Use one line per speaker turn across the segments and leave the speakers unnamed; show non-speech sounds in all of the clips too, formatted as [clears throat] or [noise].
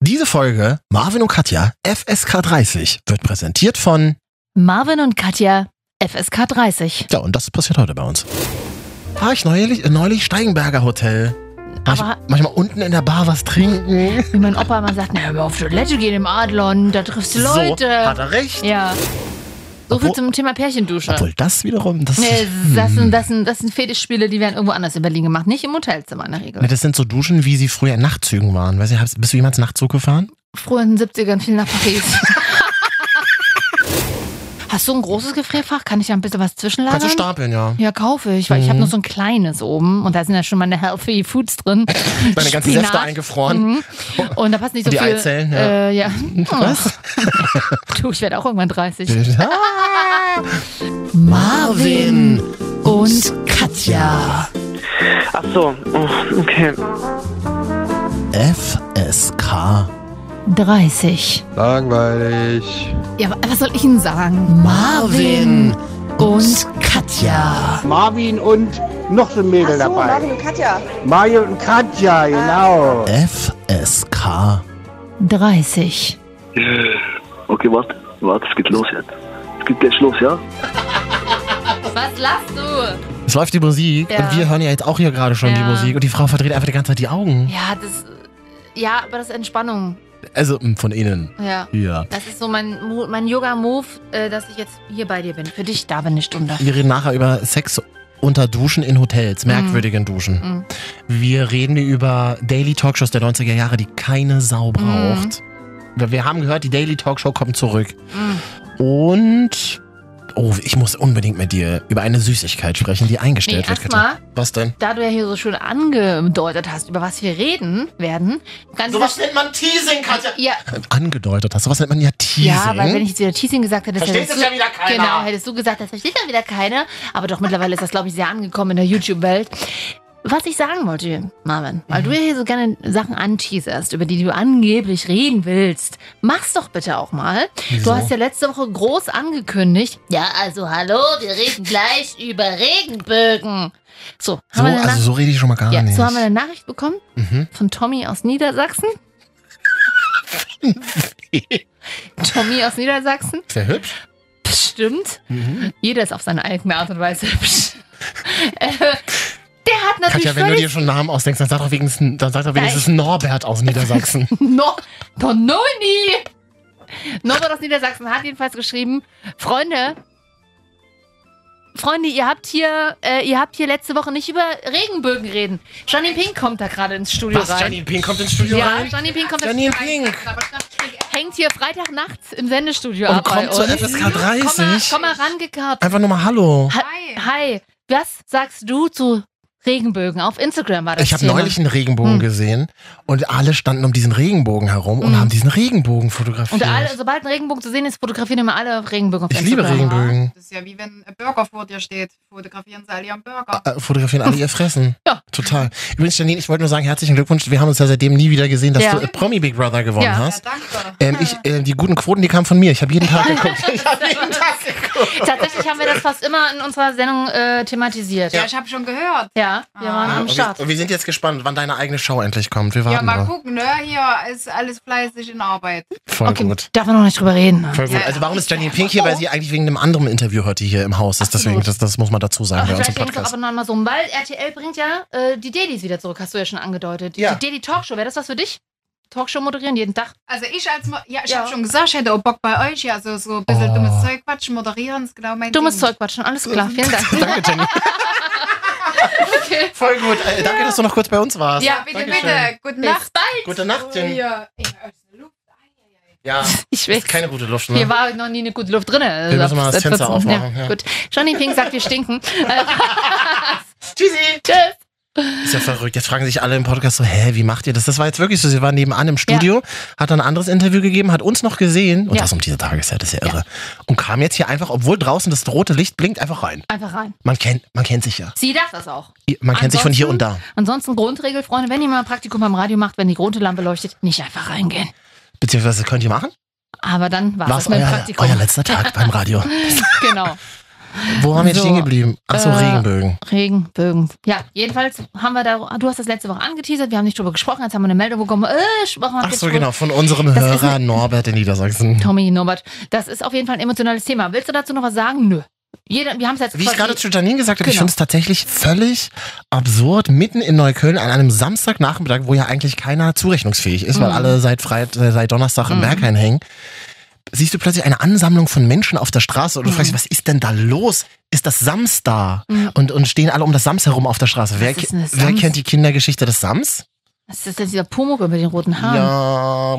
Diese Folge Marvin und Katja FSK 30 wird präsentiert von
Marvin und Katja, FSK 30.
Ja, und das passiert heute bei uns. War ich neulich, äh, neulich Steigenberger Hotel. War ich
Aber-
manchmal unten in der Bar was trinken.
Wie mein Opa immer sagt, na, hör mal auf Toilette gehen im Adlon, da triffst du
So, hat
[laughs] Leute.
er recht.
ja. So viel
Obwohl-
zum Thema Pärchendusche.
Obwohl Hm. das wiederum, das,
Nee, das sind, das, sind, das sind Fetischspiele, die werden irgendwo anders in Berlin gemacht, nicht im Hotelzimmer in der
Nee,
Regel.
das sind so Duschen, wie sie früher in Nachtzügen waren. Weißt du, hast- bist du jemals Nachtzug gefahren?
Früher in den 70ern viel nach Paris. [laughs] Hast du ein großes Gefrierfach? Kann ich da ein bisschen was zwischenlagern?
Kannst du stapeln, ja.
Ja, kaufe ich, weil ich habe
Mhm.
noch so ein kleines oben und da sind ja schon meine healthy Foods drin.
[laughs] Meine ganzen
Spinat.
Säfte eingefroren.
Mhm. Und da passt nicht so
Die
viel.
Eizellen, ja.
Äh, ja.
[laughs] Was?
[laughs] Du, ich werde auch irgendwann 30.
Marvin
und
Katja.
Ach so, oh, okay.
FSK.
30.
Langweilig.
Ja, wa- was soll ich Ihnen sagen?
Marvin
und
Katja.
Marvin und noch so ein Mädel
Ach so,
dabei.
Marvin und Katja. Ah.
Mario und Katja, genau.
FSK.
30.
Äh, Okay, warte, warte, es geht los jetzt. Es geht jetzt los, ja?
Was lachst du?
Es läuft die Musik
Ja.
und wir hören ja jetzt auch hier gerade schon die
Ja.
Musik und die Frau verdreht einfach die ganze Zeit die Augen.
Ja, das. Ja, aber das ist Entspannung.
Also mh, von innen.
Ja.
Ja.
Das ist so mein, Mo- mein Yoga-Move, äh, dass ich jetzt hier bei dir bin. Für dich da bin eine Stunde.
Wir reden nachher über Sex unter Duschen in Hotels, merkwürdigen Duschen.
Mhm.
Wir reden über Daily Talkshows der 90er Jahre, die keine
Mhm.
Sau braucht. Wir- Wir haben gehört, die Daily Talkshow kommt zurück.
Mhm.
Und. Oh, ich muss unbedingt mit dir über eine Süßigkeit sprechen, die
Nee,
eingestellt wird. Katja.
erstmal,
Was denn?
da du ja hier so schön angedeutet hast, über was wir reden werden, kann ich das.
nennt man Teasing, Katja.
Ja,
Angedeutet hast. Sowas nennt man ja Teasing.
ja, weil wenn ich jetzt wieder Teasing gesagt hätte,
Versteht
hättest
es
du-
ja wieder keiner.
Genau, hättest du gesagt, das versteht ja wieder keiner. Aber doch mittlerweile ist das, glaube ich, sehr angekommen in der YouTube-Welt. Was ich sagen wollte, Marvin, weil du ja hier so gerne Sachen anteaserst, über die du angeblich reden willst, mach's doch bitte auch mal.
Wieso?
Du hast ja letzte Woche groß angekündigt. Ja, also hallo, wir reden gleich über Regenbögen. So,
so,
haben wir eine
also so rede ich schon mal gar
Genau. ja,
nicht.
so haben wir eine Nachricht bekommen
Mhm.
von Tommy
[laughs]
aus Niedersachsen. Tommy aus Niedersachsen.
Sehr hübsch.
Bestimmt. Jeder ist auf seine eigene Art und Weise [laughs] hübsch. Äh, Der hat natürlich
Katja, wenn du dir
völlig
schon Namen ausdenkst, dann sag doch wenigstens, dann sag doch wenigstens Norbert aus
[laughs]
Niedersachsen.
no, Tononi. Norbert aus Niedersachsen hat jedenfalls geschrieben, Freunde, Freunde, ihr habt hier, äh, ihr habt hier letzte Woche nicht über Regenbögen reden. Johnny Pink kommt da gerade ins Studio rein.
Pink kommt ins Studio
ja, Johnny Pink kommt da-
Janine Pink.
hängt hier Freitagnachts im Sendestudio
Und
ab bei
kommt zu
uns.
FSK
Komm mal,
30.
komm mal rangekarrt.
Einfach nur mal Hallo.
Hi. Hi. Was sagst du zu Regenbögen? Auf Instagram war das
Ich habe
Thema.
neulich einen Regenbogen
Hm.
gesehen und alle standen um diesen Regenbogen herum und
Hm.
haben diesen Regenbogen fotografiert.
Und alle, sobald ein Regenbogen zu sehen ist, fotografieren immer alle auf Regenbögen auf
Ich liebe
Instagram.
Regenbögen. Bögen.
Das ist ja wie wenn ein Burger vor dir steht. Fotografieren sie alle ihren
[laughs]
Burger.
Äh, fotografieren alle ihr Fressen.
[laughs] Ja.
Total. Übrigens, Janine, ich wollte nur sagen, herzlichen Glückwunsch. Wir haben uns ja seitdem nie wieder gesehen, dass
Ja.
du äh, Promi Big Brother gewonnen
Ja.
Ja,
hast.
danke.
Ähm, ich, äh, die guten Quoten, die kamen von mir. Ich habe jeden
[laughs]
Tag geguckt. Ich hab jeden Tag [laughs] geguckt.
Tatsächlich haben wir das fast immer in unserer Sendung äh, thematisiert.
Ja, ich habe schon gehört.
Ja, wir waren
Ah.
am
Und wir,
Start.
und wir sind jetzt gespannt, wann deine eigene Show endlich kommt. Wir
Ja,
warten
mal
drauf.
gucken, ne? Hier ist alles fleißig in Arbeit.
Voll gut.
Darf man noch nicht drüber reden. ne?
Voll gut.
Ja,
Also warum ist Janine Pink hier? Weil sie eigentlich wegen einem anderen Interview heute hier im Haus ist. Deswegen, das, das muss man dazu sagen
Aber
bei uns im
vielleicht denkst du
Podcast.
aber noch mal so, um, weil RTL bringt ja äh, die Dailies wieder zurück, hast du ja schon angedeutet.
Ja.
Die Daily Talkshow, wäre das was für dich? Talkshow moderieren jeden Tag.
Also ich als Mo ja, ich
Ja.
habe schon gesagt, ich hätte auch Bock bei euch. Ja, so, so ein bisschen
Oh.
dummes Zeug quatschen, moderieren ist genau mein
Dummes
Ding.
Zeug
[laughs]
quatschen, alles klar, vielen Dank.
Danke, Janine.
[laughs] Okay.
Voll gut. Äh, danke, dass du noch kurz bei uns warst.
Ja,
Ja, bitte,
Dankeschön.
bitte. Gute
Bis
Nacht.
bald.
Gute Nacht, Janine.
Ja, ich- aus der Luft.
Ja,
Ich
ist
weiß.
keine gute Luft,
Hier
ne?
war noch nie eine gute Luft drin.
Wir müssen mal das Fenster aufmachen, ja.
Gut. Johnny Pink sagt,
[laughs]
wir stinken. Äh, [laughs]
Tschüssi.
Tschüss.
Ist ja verrückt. Jetzt fragen sich alle im Podcast so, hä, wie macht ihr das? Das war jetzt wirklich so. Sie war nebenan im Studio, hat dann ein anderes Interview gegeben, hat uns noch gesehen. Und
Ja.
das um diese Tageszeit ist ja irre. Und kam jetzt hier einfach, obwohl draußen das rote Licht blinkt, einfach rein.
Einfach rein.
Man kennt, man kennt sich ja.
Sie darf das auch.
Man kennt sich von hier und da.
Ansonsten Grundregel, Freunde, wenn ihr mal ein Praktikum beim Radio macht, wenn die rote Lampe leuchtet, nicht einfach reingehen.
Beziehungsweise könnt ihr machen?
Aber dann war es
War's
mit dem
euer,
Praktikum.
euer letzter Tag beim Radio.
[laughs] genau.
Wo waren wir jetzt
So,
stehen geblieben? Achso,
äh,
Regenbögen.
Regenbögen. Ja, jedenfalls haben wir da, du hast das letzte Woche angeteasert, wir haben nicht drüber gesprochen, jetzt haben wir eine Meldung bekommen, äh, Sprache hat
Achso,
gesprochen.
genau, von unserem
Das ist
Hörer Norbert in Niedersachsen.
Tommy Norbert. Das ist auf jeden Fall ein emotionales Thema. Willst du dazu noch was sagen? Nö. Jeder, wir haben es jetzt
Wie ich
quasi-
gerade zu Janine gesagt habe, ich
Genau.
finde es tatsächlich völlig absurd, mitten in Neukölln an einem Samstagnachmittag, wo ja eigentlich keiner zurechnungsfähig ist, weil
Mhm.
alle seit, Freit äh, seit Donnerstag im
Mhm.
Berghain hängen, siehst du plötzlich eine Ansammlung von Menschen auf der Straße und du
Mhm.
fragst dich, was ist denn da los? Ist das Sams da?
Mhm.
Und, und stehen alle um das Sams herum auf der Straße. Wer,
ist denn das
wer
Sams?
kennt die Kindergeschichte des Sams?
Das ist jetzt dieser Pumuckl mit den roten Haaren.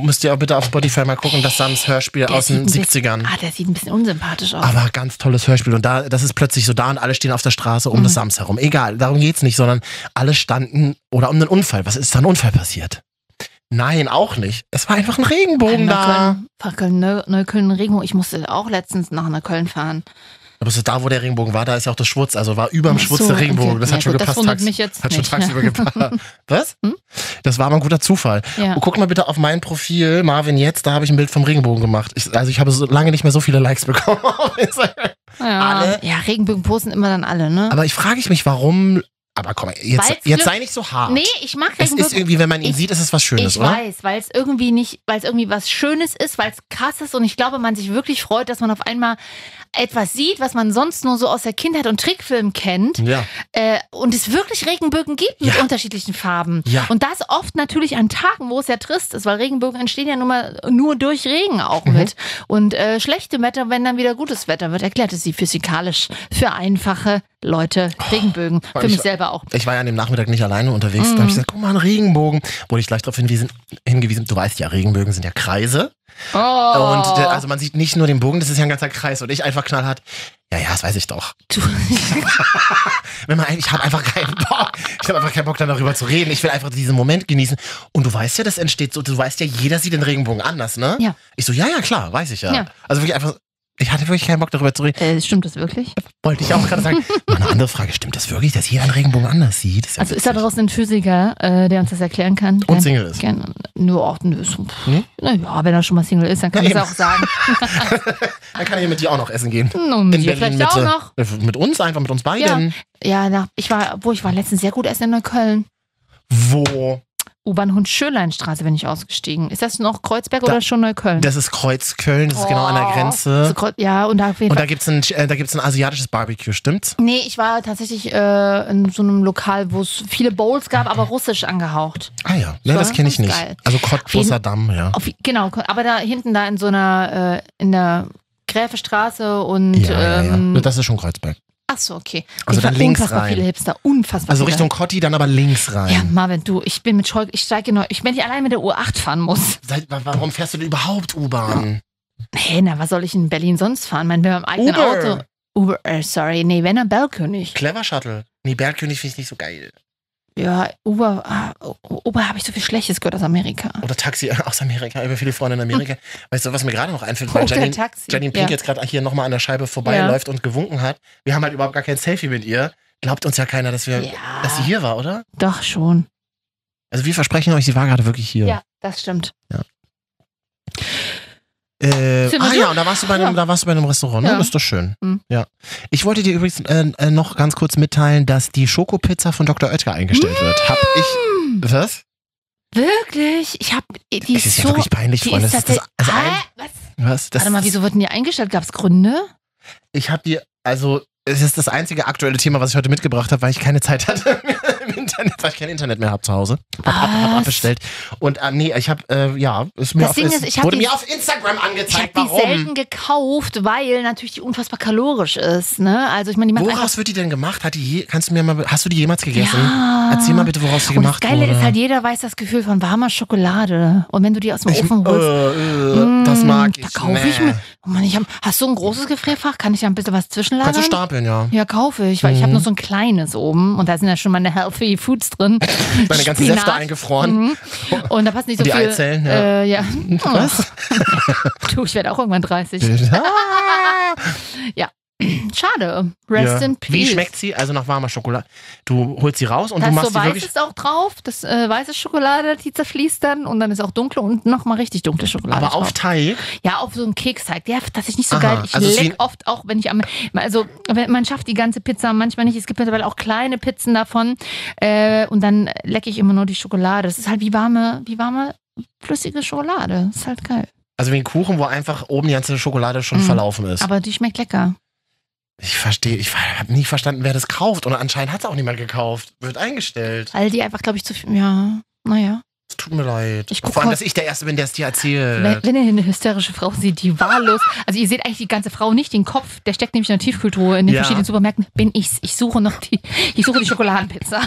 Ja, müsst ihr auch bitte auf Spotify mal gucken, das Sams Hörspiel
Ah. Der
aus
sieht ein
den Ah,
bisschen-
70ern.
Ah, der sieht ein bisschen unsympathisch aus.
Aber ganz tolles Hörspiel. Und da, das ist plötzlich so da und alle stehen auf der Straße um
Mhm.
das Sams herum. Egal, darum geht's nicht, sondern alle standen oder um einen Unfall. Was ist da ein Unfall passiert? Nein, auch nicht. Es war einfach ein Regenbogen da.
Neukölln, Fackeln, Neu Neukölln, Regenbogen. Ich musste auch letztens nach Neukölln fahren.
Aber so da, wo der Regenbogen war, da ist ja auch das Schwurz. Also war über dem
Ach
Schwurz
so,
der Regenbogen.
okay.
Das
Ja,
hat schon
gut, das
gepasst.
wundert
tags-
mich jetzt
hat schon
nicht,
tagsüber
ja. [laughs]
gepasst. Was?
Hm?
Das war mal ein guter Zufall.
Ja.
Oh, Guck mal bitte auf mein Profil, Marvin jetzt, da habe ich ein Bild vom Regenbogen gemacht. Ich, also ich habe so lange nicht mehr so viele Likes [laughs] bekommen auf Instagram.
Ja,
Oh, Alle?
ja Regenbögen posten immer dann alle, ne?
Aber ich frage ich mich, warum. Aber komm, jetzt,
Weil's
jetzt
Glück-
sei nicht so hart.
nee, ich mag
es ist
Regenbögen.
irgendwie, wenn man ihn
Ich-
sieht, ist es was Schönes,
ich
oder?
weiß, weil es irgendwie nicht, weil es irgendwie was Schönes ist, weil es krass ist und ich glaube, man sich wirklich freut, dass man auf einmal etwas sieht, was man sonst nur so aus der Kindheit und Trickfilm kennt
Ja.
äh, und es wirklich Regenbögen gibt mit
Ja.
unterschiedlichen Farben.
Ja.
Und das oft natürlich an Tagen, wo es ja trist ist, weil Regenbögen entstehen ja nur, mal, nur durch Regen auch
Mhm.
mit. Und äh, schlechte Wetter, wenn dann wieder gutes Wetter wird, erklärt es sie physikalisch für einfache Leute Regenbögen.
Oh, weil
für
ich-
mich selber auch.
Ich war ja an dem Nachmittag nicht alleine unterwegs.
Mhm.
Da habe ich gesagt, guck mal, ein Regenbogen. Wurde ich gleich darauf hingewiesen, hingewiesen, du weißt ja, Regenbögen sind ja Kreise.
Oh.
Und der, also man sieht nicht nur den Bogen, das ist ja ein ganzer Kreis. Und ich einfach knallhart, ja, ja, das weiß ich doch.
Oh. du, [laughs]
Wenn man, ein- ich habe einfach keinen Bock. Ich habe einfach keinen Bock, dann darüber zu reden. Ich will einfach diesen Moment genießen. Und du weißt ja, das entsteht so, du weißt ja, jeder sieht den Regenbogen anders, ne?
Ja.
Ich so, ja, ja, klar, weiß ich ja.
Ja.
Also wirklich einfach, ich hatte wirklich keinen Bock, darüber zu reden.
äh, stimmt das wirklich?
Wollte ich auch gerade
[laughs]
sagen. Mal eine andere Frage. Stimmt das wirklich, dass jeder einen Regenbogen anders sieht? Das ja
Also ist da
witzig.
draußen ein Physiker, äh, der uns das erklären kann?
Und Single ist. Hm?
Gerne. Nur Orten ist.
Nee?
Naja, wenn er schon mal Single ist, dann kann
Ja,
er es auch sagen.
[laughs] Dann kann ich mit dir auch noch essen gehen.
Nun,
In
dir
Berlin
vielleicht
mit,
auch
äh,
noch.
mit uns einfach, mit uns beiden.
Ja, nach, ich war, wo ich war letztens sehr gut essen in Neukölln.
Wo?
U-Bahnhof Schöleinstraße bin ich ausgestiegen. Ist das noch Kreuzberg
Da-
oder schon Neukölln?
Das ist Kreuzköln, das ist genau an der
Oh.
Grenze.
Also Kreuz- ja, und da auf jeden
Und
Fall.
da gibt es ein, äh, da gibt's ein asiatisches Barbecue, stimmt's?
Nee, ich war tatsächlich äh, in so einem Lokal, wo es viele Bowls gab, aber russisch angehaucht.
Ah ja, ne,
So,
das kenne ich
das ist
nicht.
geil.
Also Cottbusser Damm, ja.
Auf, genau, aber da hinten da in so einer, äh, in der Gräfestraße und
ja, ja, ja.
ähm,
Ne, Das ist schon Kreuzberg.
Ach so, okay.
Also
Ich
dann
war
links
unfassbar
rein.
viele Hipster, unfassbar
Also
viele.
Richtung Cotti, dann aber links
Ja,
rein.
Marvin, du, ich bin mit Scholk, ich steige neu. Ich, wenn ich allein mit der U8 fahren muss.
Seit, wa- warum fährst du denn überhaupt U-Bahn?
Hey, na, was soll ich in Berlin sonst fahren? Mein, mit meinem eigenen
Uber.
Auto. Uber, äh, sorry, nee, wenn dann Bellkönig.
Clever Shuttle. Nee, Bergkönig finde ich nicht so geil.
Ja, Uber, ah, Uber habe ich so viel Schlechtes gehört aus Amerika.
Oder Taxi [laughs] aus Amerika, über viele Freunde in Amerika.
[laughs]
Weißt du, was mir gerade noch einfällt? Weil
Oder
Janine,
Oh, Taxi.
Janine Pink
ja.
jetzt gerade hier nochmal an der Scheibe vorbeiläuft und gewunken hat. Wir haben halt überhaupt gar kein Selfie mit ihr. Glaubt uns ja keiner, dass, wir,
ja.
dass sie hier war, oder?
Doch schon.
Also wir versprechen euch, sie war gerade wirklich hier.
Ja. das stimmt.
Äh,
Sind wir
ah
so?
ja, und da warst du bei einem,
Ja.
da warst du bei einem Restaurant, ne?
Ja.
Das ist doch schön.
Mhm.
Ja. Ich wollte dir übrigens äh, äh, noch ganz kurz mitteilen, dass die Schokopizza von Dr. Oetker
Mm.
eingestellt wird. Hab ich.
Hm,
Was?
wirklich? Ich habe die
Es ist ja
so.
wirklich peinlich,
die
Freunde.
ist
Das ist das,
tatsächlich.
also ein,
Hä? was?
was? Das
Warte mal,
ist-
wieso wurden die eingestellt? Gab es Gründe?
Ich habe dir, also es ist das einzige aktuelle Thema, was ich heute mitgebracht habe, weil ich keine Zeit hatte [laughs] im Internet, weil ich kein Internet mehr habe zu Hause. Hab, ab, hab
Was?
abbestellt. Und äh, nee, ich habe, äh, ja, ist mir
Das
auf,
Ding
es
ist, ich hab
wurde
die-
mir auf Instagram
Ich habe
angezeigt.
die
Warum?
selten gekauft, weil natürlich die unfassbar kalorisch ist. Ne? Also ich meine, die macht einfach.
Woraus wird die denn gemacht? Hat die je, kannst du mir mal, hast du die jemals gegessen?
Ja.
Erzähl mal bitte, woraus die
Und das
gemacht
Geile
wurde.
ist halt, jeder weiß das Gefühl von warmer Schokolade. Und wenn du die aus dem
ich,
Ofen
äh,
holst,
äh, das mag
mm,
ich.
Da kaufe ich
nee.
mir. Oh Mann, ich hab, hast du ein großes Gefrierfach? Kann ich da ein bisschen was zwischenlagern?
Kannst du stapeln, ja.
ja, kaufe ich, weil ich habe
Mhm.
nur so ein kleines oben und da sind ja schon meine healthy
[laughs]
Foods drin.
Meine ganzen
Spinat.
Säfte eingefroren.
Mhm. Und da passt nicht so
Und die
viel.
Eizellen, ja.
Äh, ja.
[laughs] Was?
[laughs] Du, ich werde auch irgendwann 30.
Ah,
Ja, Schade. Rest
Ja.
in peace.
Wie schmeckt sie? Also nach warmer Schokolade. Du holst sie raus und
da
du
ist
machst
so
sie
weißes
wirklich.
auch drauf, das äh, weiße Schokolade, die zerfließt dann und dann ist auch dunkle und nochmal richtig dunkle Schokolade.
Aber auf
drauf.
Teig.
Ja, auf so einen Keksteig. Ja, das ist nicht so
Aha,
geil. Ich
also es ist wie
leck oft auch, wenn ich am. Also, wenn, man schafft die ganze Pizza manchmal nicht. Es gibt mittlerweile auch kleine Pizzen davon. Äh, und dann lecke ich immer nur die Schokolade. Das ist halt wie warme, wie warme, flüssige Schokolade. Das ist halt geil.
Also wie ein Kuchen, wo einfach oben die ganze Schokolade schon
Mhm.
verlaufen ist.
Aber die schmeckt lecker.
ich verstehe, ich habe nie verstanden, wer das kauft. Und anscheinend hat es auch niemand gekauft. Wird eingestellt.
All die einfach, glaube ich, zu viel. Ja, naja.
Es tut mir leid.
Ich guck
Vor allem,
mal-
dass ich der Erste bin, der es dir
Wenn,
erzählt.
wenn ihr eine hysterische Frau seht, die wahllos, also ihr seht eigentlich die ganze Frau nicht, den Kopf, der steckt nämlich in der Tiefkühltruhe in den
Ja.
verschiedenen Supermärkten, bin ich's. Ich suche noch die, ich suche die Schokoladenpizza.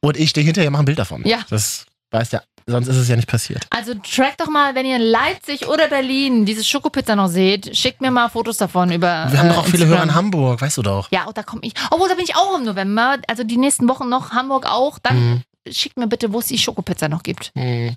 Und ich stehe hinterher, mache ein Bild davon.
Ja.
Das weiß der. Sonst ist es ja nicht passiert.
Also track doch mal, wenn ihr in Leipzig oder Berlin diese Schokopizza noch seht, schickt mir mal Fotos davon über.
Wir haben
äh,
doch auch viele
Instagram.
Hörer in Hamburg, weißt du doch.
Ja, und da komme ich. Obwohl, da bin ich auch im November. Also die nächsten Wochen noch, Hamburg auch. Dann
Mhm.
schickt mir bitte, wo es die Schokopizza noch gibt.
Hm.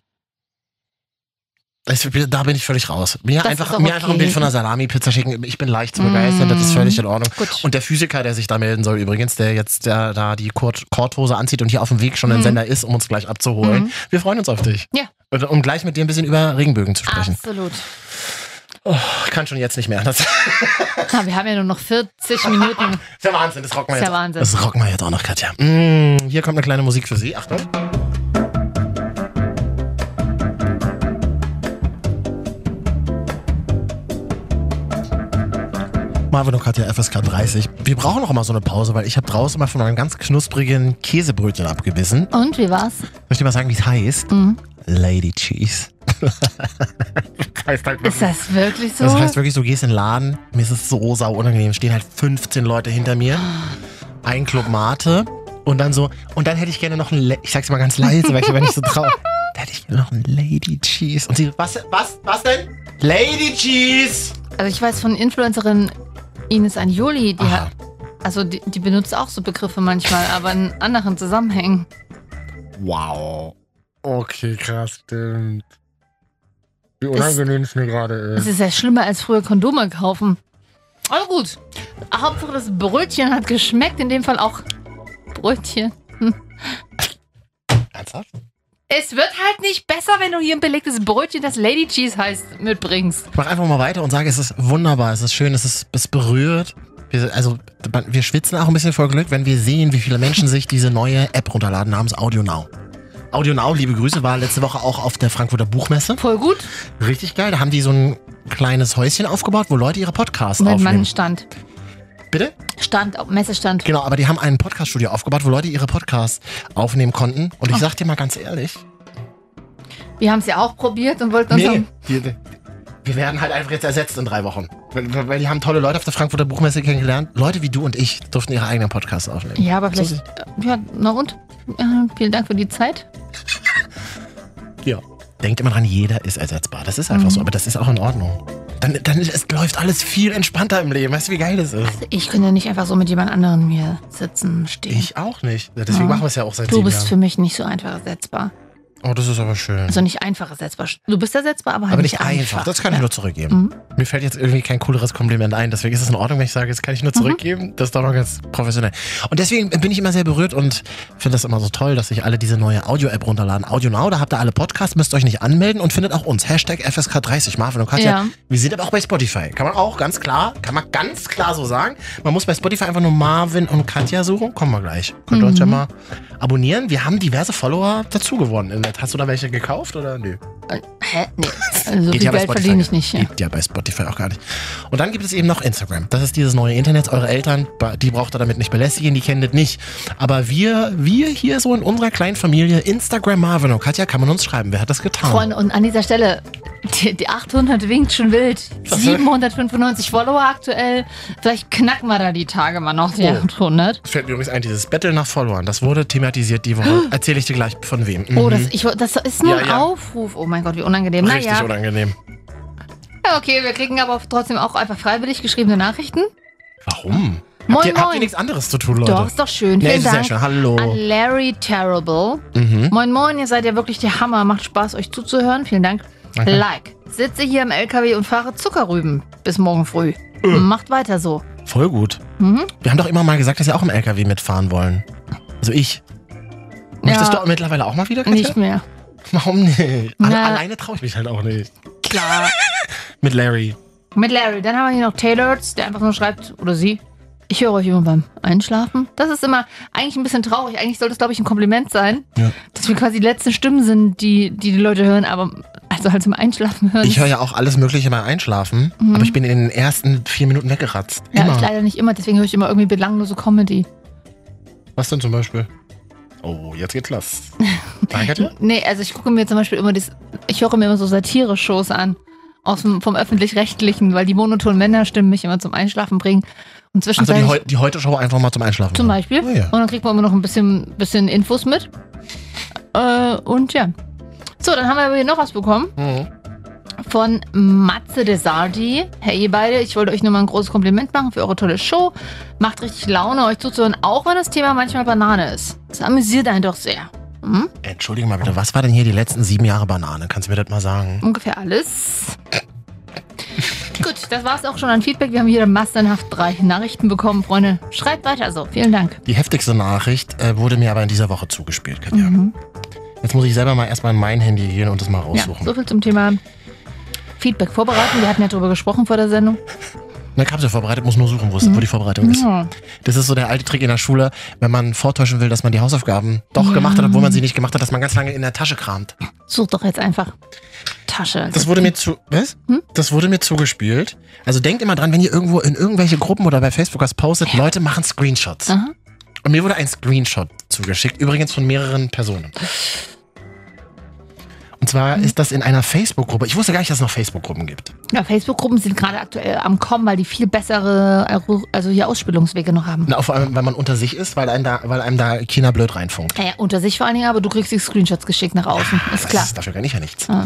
Das, da bin ich völlig raus. Mir,
Das ist
einfach,
doch
mir einfach ein
okay.
Bild von einer Salami-Pizza schicken. Ich bin leicht zu begeistern, das ist
Mhm.
völlig in Ordnung.
Gut.
Und der Physiker, der sich da melden soll übrigens, der jetzt der, da die Kurt Korthose anzieht und hier auf dem Weg schon ein
Mhm.
Sender ist, um uns gleich abzuholen.
Mhm.
Wir freuen uns auf dich.
Ja.
Und, um gleich mit dir ein bisschen über Regenbögen zu sprechen.
Absolut.
Ich kann schon jetzt nicht mehr anders. Das
Na, wir haben ja nur
[laughs]
noch 40 Minuten.
ist ja Wahnsinn, das rocken wir
Ist ja
jetzt.
Wahnsinn.
Das rocken wir jetzt auch noch, Katja. Mm, hier kommt eine kleine Musik für Sie. Achtung. Marvin und Katja FSK 30. Wir brauchen auch immer so eine Pause, weil ich habe draußen mal von einem ganz knusprigen Käsebrötchen abgebissen.
Und wie war's?
Soll ich dir mal sagen, wie es heißt?
Mhm.
Lady Cheese. [laughs] heißt halt
Ist das wirklich so?
das heißt wirklich, du gehst in den Laden, mir ist es so sau unangenehm, stehen halt 15 Leute hinter mir, ein Club Mate und dann so, und dann hätte ich gerne noch ein, Le ich sag's mal ganz leise, weil ich aber nicht so trau. [laughs] Da hätte ich gerne noch ein Lady Cheese. Und sie, was, was, was denn? Lady Cheese!
also ich weiß von Influencerin Ines Anjoli, die
Aha.
hat, also die, die benutzt auch so Begriffe manchmal, aber in anderen Zusammenhängen.
Wow. Okay, krass, stimmt. Wie
unangenehm
es mir gerade
Es ist ja schlimmer als früher Kondome kaufen. Aber gut. Hauptsache das Brötchen hat geschmeckt. In dem Fall auch Brötchen.
Ernsthaft?
Es wird halt nicht besser, wenn du hier ein belegtes Brötchen, das Lady Cheese heißt, mitbringst.
Ich mach einfach mal weiter und sage, es ist wunderbar, es ist schön, es ist es berührt. Wir, also man- wir schwitzen auch ein bisschen vor Glück, wenn wir sehen, wie viele Menschen sich diese neue App runterladen namens Audio Now. Audio Now, liebe Grüße, war letzte Woche auch auf der Frankfurter Buchmesse.
Voll gut.
Richtig geil, da haben die so ein kleines Häuschen aufgebaut, wo Leute ihre Podcasts
Mit
aufnehmen.
meinem Stand.
Bitte?
Stand, auf- Messestand.
Genau, aber die haben ein Podcast-Studio aufgebaut, wo Leute ihre Podcasts aufnehmen konnten. Und ich sag dir mal ganz ehrlich,
Wir haben es ja auch probiert und wollten uns.
Nee,
am-
wir, wir werden halt einfach jetzt ersetzt in drei Wochen. Weil, weil die haben tolle Leute auf der Frankfurter Buchmesse kennengelernt. Leute wie du und ich durften ihre eigenen Podcasts aufnehmen.
Ja, aber vielleicht. Ja, na und? Äh, vielen Dank für die Zeit.
Ja. Denkt immer dran, jeder ist ersetzbar. Das ist einfach
Mhm.
so, aber das ist auch in Ordnung. Dann, dann ist, es läuft alles viel entspannter im Leben. Weißt du, wie geil das ist?
Ich könnte ja nicht einfach so mit jemand anderem hier sitzen, stehen.
Ich auch nicht. Ja, Deswegen
Ja.
machen wir es ja auch seit
du
sieben
bist für
Jahren.
mich nicht so einfach ersetzbar.
Oh, das ist aber schön.
Also nicht einfach ersetzbar. Du bist ersetzbar, aber halt
aber nicht einfach. Das kann ich
Ja. Mhm.
nur zurückgeben. Mir fällt jetzt irgendwie kein cooleres Kompliment ein. Deswegen ist es in Ordnung, wenn ich sage, das kann
Mhm.
ich nur zurückgeben. Das ist doch noch ganz professionell. Und deswegen bin ich immer sehr berührt und finde das immer so toll, dass sich alle diese neue Audio-App runterladen. Audio Now, da habt ihr alle Podcasts, müsst euch nicht anmelden und findet auch uns. Hashtag FSK30, Marvin und Katja.
Ja.
Wir sind aber auch bei Spotify. Kann man auch ganz klar, kann man ganz klar so sagen. Man muss bei Spotify einfach nur Marvin und Katja suchen. Kommen wir gleich. Könnt ihr uns ja
Mhm.
mal abonnieren. Wir haben diverse Follower dazu gewonnen. in der Tat. Hast du da welche gekauft oder nö?
Hä?
[laughs]
Nee. Also So
Geht
viel
ja bei
Geld
Spotify.
verdiene ich nicht. Ja.
Gibt ja bei Spotify auch gar nicht. Und dann gibt es eben noch Instagram. Das ist dieses neue Internet. Eure Eltern, ba- die braucht ihr damit nicht belästigen, die kennen das nicht. Aber wir, wir hier so in unserer kleinen Familie, Instagram Marvin und Katja, kann man uns schreiben. Wer hat das getan?
Freunde, und an dieser Stelle, die, die 800 winkt schon wild. 795 Follower aktuell. Vielleicht knacken wir da die Tage mal noch, die
Oh.
800.
Es fällt mir übrigens ein, dieses Battle nach Followern, das wurde thematisiert die
[gasps]
Woche. Erzähle ich dir gleich von wem. Mhm.
Oh, das, ich, das ist nur
Ja,
ein
ja.
Aufruf. Oh mein Gott, wie unangenehm.
Richtig
naja.
unangenehm.
Ja, okay, wir kriegen aber trotzdem auch einfach freiwillig geschriebene Nachrichten.
Warum? habt,
Moin,
ihr, habt ihr
moin.
nichts anderes zu tun, Leute?
Doch, ist doch schön.
nee,
Vielen
ist ja
Dank.
schon. Hallo.
An Larry Terrible.
Oh. Mhm.
Moin Moin, ihr seid ja wirklich der Hammer. Macht Spaß, euch zuzuhören. Vielen Dank.
Danke. Äh.
Like. Sitze hier im LKW und fahre Zuckerrüben bis morgen früh. Macht weiter so.
Voll gut.
Mhm.
Wir haben doch immer mal gesagt, dass wir auch im LKW mitfahren wollen. Also ich. Möchtest
Ja.
du mittlerweile auch mal wieder, Katja?
Nicht mehr.
Warum nicht? Alle,
Na.
alleine traue ich mich halt auch nicht.
Klar.
[laughs] Mit Larry.
Mit Larry. Dann haben wir hier noch Taylors, der einfach nur schreibt, oder sie. Ich höre euch immer beim Einschlafen. Das ist immer eigentlich ein bisschen traurig. Eigentlich sollte es, glaube ich, ein Kompliment sein,
Ja.
dass wir quasi die letzten Stimmen sind, die die, die Leute hören, aber also halt zum Einschlafen hören.
Ich höre ja auch alles Mögliche beim Einschlafen,
Mhm.
aber ich bin in den ersten vier Minuten weggeratzt.
ja, ich
Immer.
leider nicht immer, deswegen höre ich immer irgendwie belanglose Comedy.
Was denn zum Beispiel? Oh, jetzt geht's
[laughs]
los. Nein, Katja?
Nee, also ich gucke mir zum Beispiel immer das, ich höre mir immer so Satire-Shows an. Aus dem, vom Öffentlich-Rechtlichen, weil die monotonen Männerstimmen mich immer zum Einschlafen bringen. Und
Also die,
zwischenzeitlich
Heu die Heute-Show einfach mal zum Einschlafen.
zum
machen.
Beispiel.
Oh, ja.
Und dann kriegt man immer noch ein bisschen, bisschen Infos mit. Äh, und ja. So, dann haben wir aber hier noch was bekommen
Mhm.
von Matze Desardi. Hey, ihr beide, ich wollte euch nur mal ein großes Kompliment machen für eure tolle Show. Macht richtig Laune, euch zuzuhören, auch wenn das Thema manchmal Banane ist. Das amüsiert einen doch sehr. Hm?
Entschuldige mal bitte, was war denn hier die letzten sieben Jahre Banane? Kannst du mir das mal sagen?
Ungefähr alles. Gut, das war's auch schon an Feedback. Wir haben hier massenhaft drei Nachrichten bekommen, Freunde. Schreibt weiter so. Vielen Dank.
Die heftigste Nachricht äh, wurde mir aber in dieser Woche zugespielt, Katja.
Mhm.
Jetzt muss ich selber mal erstmal in mein Handy gehen und das mal
Ja,
raussuchen.
so viel zum Thema Feedback vorbereiten. Wir hatten ja darüber gesprochen vor der Sendung.
Eine Kapsel vorbereitet, muss nur suchen, wo, es, wo die Vorbereitung ist.
Mhm. Ja.
Das ist so der alte Trick in der Schule, wenn man vortäuschen will, dass man die Hausaufgaben doch
Ja.
gemacht hat, obwohl man sie nicht gemacht hat, dass man ganz lange in der Tasche kramt.
Such doch jetzt einfach Tasche.
Das wurde mir zu. Was?
Hm?
Das wurde mir zugespielt. Also denkt immer dran, wenn ihr irgendwo in irgendwelche Gruppen oder bei Facebook was postet, Leute machen Screenshots.
Aha.
Und mir wurde ein Screenshot zugeschickt, übrigens von mehreren Personen. Und zwar
Hm.
ist das in einer Facebook-Gruppe. Ich wusste gar nicht, dass es noch Facebook-Gruppen gibt.
Ja, Facebook-Gruppen sind gerade aktuell am Kommen, weil die viel bessere Erru- also hier Ausspielungswege noch haben.
Na, auch vor allem, weil man unter sich ist, weil einem da, weil einem da China blöd reinfunkt.
Naja, unter sich vor allen Dingen, aber du kriegst die Screenshots geschickt nach außen. ist klar.
Das ist, dafür kann ich ja nichts.
Ah.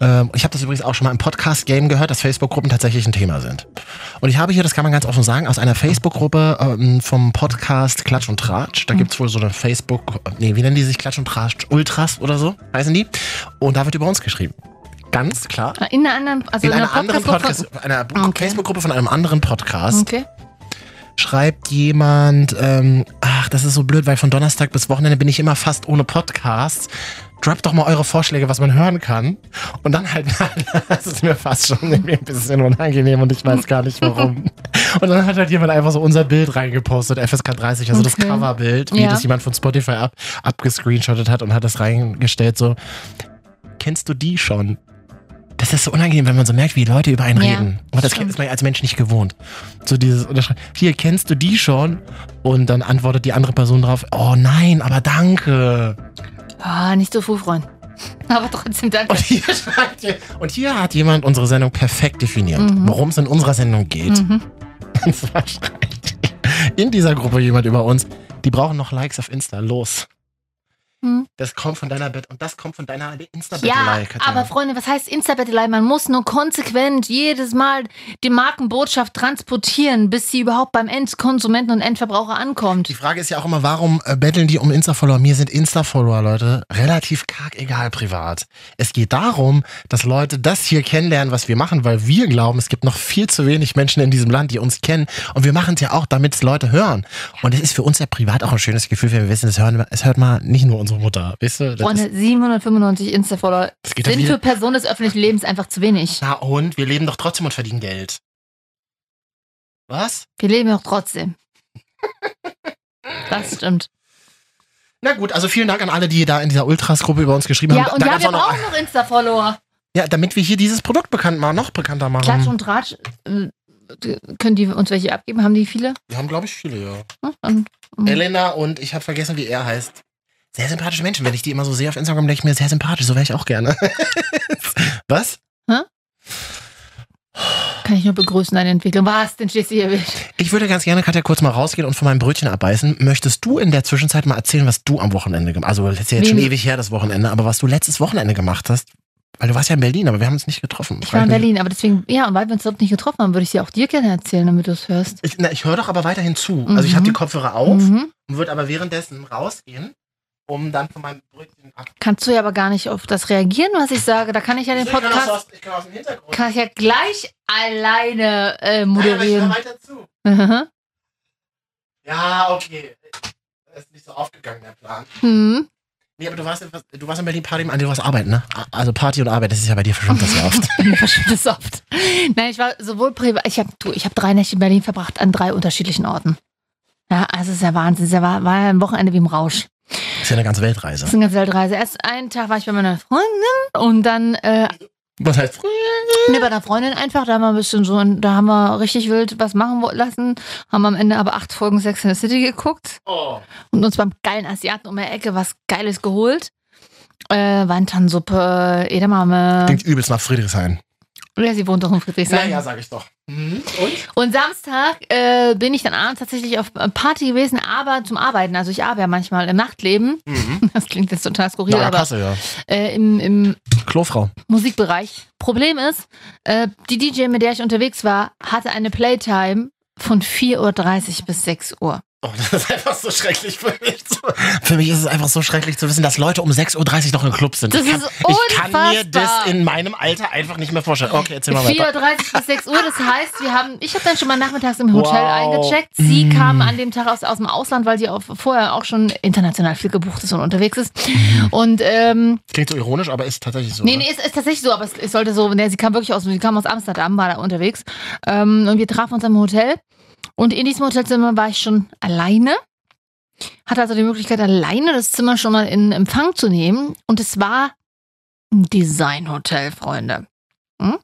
Ähm, ich habe das übrigens auch schon mal im Podcast-Game gehört, dass Facebook-Gruppen tatsächlich ein Thema sind. Und ich habe hier, das kann man ganz offen sagen, aus einer Facebook-Gruppe ähm, vom Podcast Klatsch und Tratsch.
Mhm.
Da gibt's wohl so eine Facebook, nee, wie nennen die sich? Klatsch und Tratsch Ultras oder so, heißen die. Und da wird über uns geschrieben. Ganz klar.
In einer anderen, also
In
in,
einer
einer
anderen
Podcast-Gruppe. Ah,
Podcast, einer
Okay.
Facebook-Gruppe von einem anderen Podcast
Okay.
schreibt jemand, ähm, ach, das ist so blöd, weil von Donnerstag bis Wochenende bin ich immer fast ohne Podcasts. Droppt doch mal eure Vorschläge, was man hören kann. Und dann halt, [laughs] das ist mir fast schon irgendwie ein bisschen unangenehm und ich weiß gar nicht
[laughs]
warum. Und dann hat halt jemand einfach so unser Bild reingepostet, FSK 30, also das
Okay.
Coverbild, wie
Ja.
das jemand von Spotify ab, abgescreenshottet hat und hat das reingestellt, so, kennst du die schon? Das ist so unangenehm, wenn man so merkt, wie Leute über einen
Ja,
reden. Und das
stimmt.
ist man als Mensch nicht gewohnt. So dieses Unterschreiben. Hier, kennst du die schon? Und dann antwortet die andere Person drauf, oh nein, aber danke.
Ah, nicht so früh, Freund. [laughs] Aber trotzdem danke.
Und hier, [laughs] schreibt ihr- und hier hat jemand unsere Sendung perfekt definiert,
Mhm.
worum es in unserer Sendung geht.
Mhm.
[laughs] Und zwar schreibt in dieser Gruppe jemand über uns, die brauchen noch Likes auf Insta, los.
Mhm.
Das kommt von deiner Bett und das kommt von deiner
Ja,
Insta-Bettelei, Katja.
aber Freunde, was heißt Instabettelei? Man muss nur konsequent jedes Mal die Markenbotschaft transportieren, bis sie überhaupt beim Endkonsumenten und Endverbraucher
Die
ankommt.
Frage ist ja auch immer, warum äh, betteln die um Insta-Follower? Mir sind Insta-Follower, Leute, relativ karg egal privat. Es geht darum, dass Leute das hier kennenlernen, was wir machen, weil wir glauben, es gibt noch viel zu wenig Menschen in diesem Land, die uns kennen. Und wir machen es ja auch, damit es Leute hören. Und es ist für uns ja privat auch ein schönes Gefühl, wenn wir wissen, es, hören, es hört mal nicht nur unsere Mutter. Weißt du? Das
Freunde,
ist,
795 Insta-Follower
das geht ja
ne, sind für
wieder.
Personen des öffentlichen Lebens einfach zu wenig.
Na und? Wir leben doch trotzdem und verdienen Geld. Was?
Wir leben ja auch trotzdem. Das stimmt.
Na gut, also vielen Dank an alle, die da in dieser Ultras-Gruppe über uns geschrieben
Ja,
haben.
und
Da
ja,
gab's
wir
auch noch-
brauchen noch Insta-Follower.
Ja, damit wir hier dieses Produkt bekannt machen, noch bekannter machen.
Klatsch und Tratsch, äh, können die uns welche abgeben? Haben die viele?
wir haben, glaube ich, viele, ja.
Hm, dann-
Elena und ich habe vergessen, wie er heißt. Sehr sympathische Menschen. Wenn ich die immer so sehe auf Instagram, denke ich mir, sehr sympathisch, so wäre ich auch gerne. [laughs] Was?
Kann ich nur begrüßen, deine Entwicklung. Was denn, Schleswig?
Ich würde ganz gerne, Katja, kurz mal rausgehen und von meinem Brötchen abbeißen. Möchtest du in der Zwischenzeit mal erzählen, was du am Wochenende gemacht hast? Also, das ist ja jetzt
Wen?
schon ewig her, das Wochenende, aber was du letztes Wochenende gemacht hast? Weil du warst ja in Berlin, aber wir haben uns nicht getroffen.
Ich war in Berlin, aber deswegen, ja, und weil wir uns dort nicht getroffen haben, würde ich sie auch dir gerne erzählen, damit du es hörst.
Ich, na, ich höre doch aber weiterhin zu. Also, ich
Mhm.
habe die Kopfhörer auf
Mhm.
und würde aber währenddessen rausgehen, um dann von meinem Brötchen ab.
Kannst du ja aber gar nicht auf das reagieren, was ich sage. Da kann ich ja den
Ich kann das
Podcast,
aus- Ich kann aus dem Hintergrund.
kann ich ja gleich alleine äh, moderieren.
weiter zu.
Mhm.
Ja, okay. Das ist nicht so aufgegangen, der Plan.
[laughs] Mhm.
Nee, aber du warst, in- du warst in Berlin Party, an dir warst arbeiten, ne? Also Party und Arbeit, das ist ja bei dir verschwimmt das ja [laughs] oft.
Bei [laughs] mir verschwimmt das oft. Nein, ich war sowohl privat, ich habe ich hab drei Nächte in Berlin verbracht an drei unterschiedlichen Orten. Ja, also es ist ja Wahnsinn. Es war, war ja ein Wochenende wie im Rausch.
Das ist ja eine ganze
Das
Weltreise.
ist eine ganze Weltreise. Erst einen Tag war ich bei meiner Freundin und dann äh,
Was heißt
ne, bei einer Freundin einfach. Da haben wir ein bisschen so, und da haben wir richtig wild was machen wo- lassen. Haben am Ende aber acht Folgen Sex in the City geguckt
Oh.
und uns beim geilen Asiaten um die Ecke was Geiles geholt. Äh, Wandtansuppe, Edamame.
Klingt übelst nach Friedrichshain.
Ja, sie wohnt doch in Friedrichshain.
sag ich doch. Mhm. Und?
Und Samstag äh, bin ich dann abends tatsächlich auf Party gewesen, aber zum Arbeiten. Also ich arbeite ja manchmal im Nachtleben.
Mhm.
[laughs] Das klingt jetzt total skurril,
Na, ja,
aber
Kasse, ja.
äh, im, im
Klofrau.
Musikbereich. Problem ist, äh, die DJ, mit der ich unterwegs war, hatte eine Playtime von 4.30 Uhr bis 6 Uhr.
Oh, das ist einfach so schrecklich für mich. Zu für mich ist es einfach so schrecklich zu wissen, dass Leute um 6.30 Uhr noch im Club sind.
Das
ich kann,
ist
ich kann mir
unfassbar.
das in meinem Alter einfach nicht mehr vorstellen. Okay, erzähl mal weiter.
4.30 Uhr bis 6 Uhr, das heißt, wir haben, ich habe dann schon mal nachmittags im Hotel
Wow.
eingecheckt. Sie
Mm.
kam an dem Tag aus, aus dem Ausland, weil sie auch vorher auch schon international viel gebucht ist und unterwegs ist. Und ähm,
Klingt so ironisch, aber ist tatsächlich so. ne?
Nee,
oder?
nee, ist, ist tatsächlich so, aber es, es sollte so, nee, sie kam wirklich aus, sie kam aus Amsterdam, war da unterwegs. Ähm, und wir trafen uns im Hotel. Und in diesem Hotelzimmer war ich schon alleine. Hatte also die Möglichkeit, alleine das Zimmer schon mal in Empfang zu nehmen. Und es war ein Designhotel, Freunde. Hm?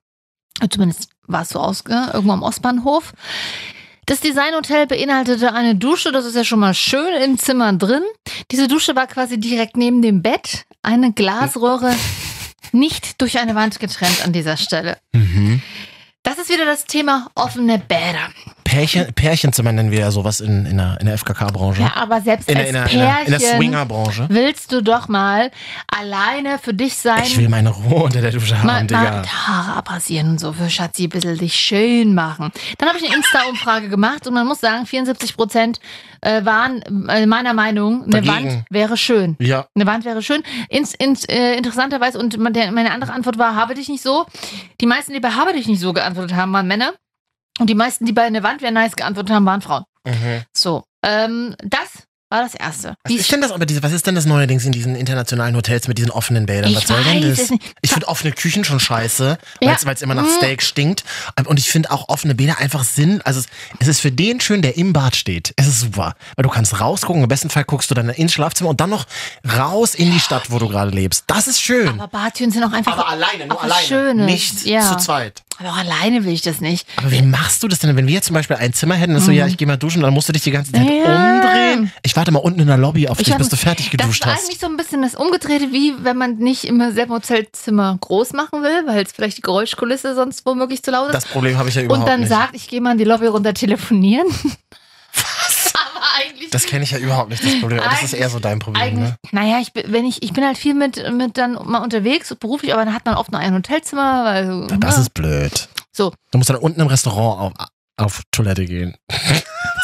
Zumindest war es so ausge, irgendwo am Ostbahnhof. Das Designhotel beinhaltete eine Dusche, das ist ja schon mal schön im Zimmer drin. Diese Dusche war quasi direkt neben dem Bett. Eine Glasröhre nicht durch eine Wand getrennt an dieser Stelle.
Mhm.
Das ist wieder das Thema offene Bäder.
Pärchen, Pärchenzimmer nennen wir ja sowas in, in der, in der FKK-Branche.
Ja, aber selbst
in, der-
als
in, der- in, der- in
Pärchen
der Swinger-Branche.
willst du doch mal alleine für dich sein.
Ich will meine Ruhe unter der Dusche haben,
Mal, mal
Digga.
die Haare abrasieren und so für Schatzi ein bisschen dich schön machen. Dann habe ich eine Insta-Umfrage gemacht und man muss sagen, 74 Prozent waren äh, meiner Meinung, eine
Dagegen.
Wand wäre schön.
Ja,
Eine Wand wäre schön. Ins, ins, äh, interessanterweise, und man- der, meine andere Antwort war, habe dich nicht so. Die meisten, die bei habe dich nicht so geantwortet haben, waren Männer. Und die meisten, die bei eine Wand wäre nice geantwortet haben, waren Frauen.
Mhm.
So, ähm, das war das Erste.
Was ist denn das aber diese, was ist denn das neuerdings in diesen internationalen Hotels mit diesen offenen Bädern?
ich
was soll denn
weiß
das?
es nicht.
Ich finde offene Küchen schon scheiße,
Ja.
weil es immer nach
Mm.
Steak stinkt. Und ich finde auch offene Bäder einfach Sinn. Also es, es ist für den schön, der im Bad steht. Es ist super. Weil du kannst rausgucken, im besten Fall guckst du dann ins Schlafzimmer und dann noch raus in die Stadt, wo du gerade lebst. Das ist schön.
Aber Badtüren sind auch einfach.
alleine,
aber Schönes.
Nicht
Ja.
zu zweit.
aber auch alleine will ich das nicht.
Aber wie machst du das denn, wenn wir jetzt zum Beispiel ein Zimmer hätten, das so, ja, ich gehe mal duschen, dann musst du dich die ganze Zeit
Mhm. Ja.
umdrehen. Ich warte mal unten in der Lobby auf
Ich
dich,
warte-
bis du fertig geduscht
das ist
hast.
eigentlich so ein bisschen das Umgedrehte, wie wenn man nicht immer selber Hotelzimmer groß machen will, weil es vielleicht die Geräuschkulisse sonst womöglich zu laut ist.
Das Problem habe ich ja überhaupt
und dann
nicht.
sagt, ich gehe mal in die Lobby runter telefonieren. [laughs] Was? Aber eigentlich.
das kenne ich ja überhaupt nicht, das Problem. Aber Das ist eher so dein Problem,
eigentlich,
ne?
Naja, ich bin, wenn ich, ich bin halt viel mit, mit dann mal unterwegs, beruflich, aber dann hat man oft nur ein Hotelzimmer. Weil,
Das
ne?
ist blöd.
So.
Du musst dann unten im Restaurant auf, auf Toilette gehen.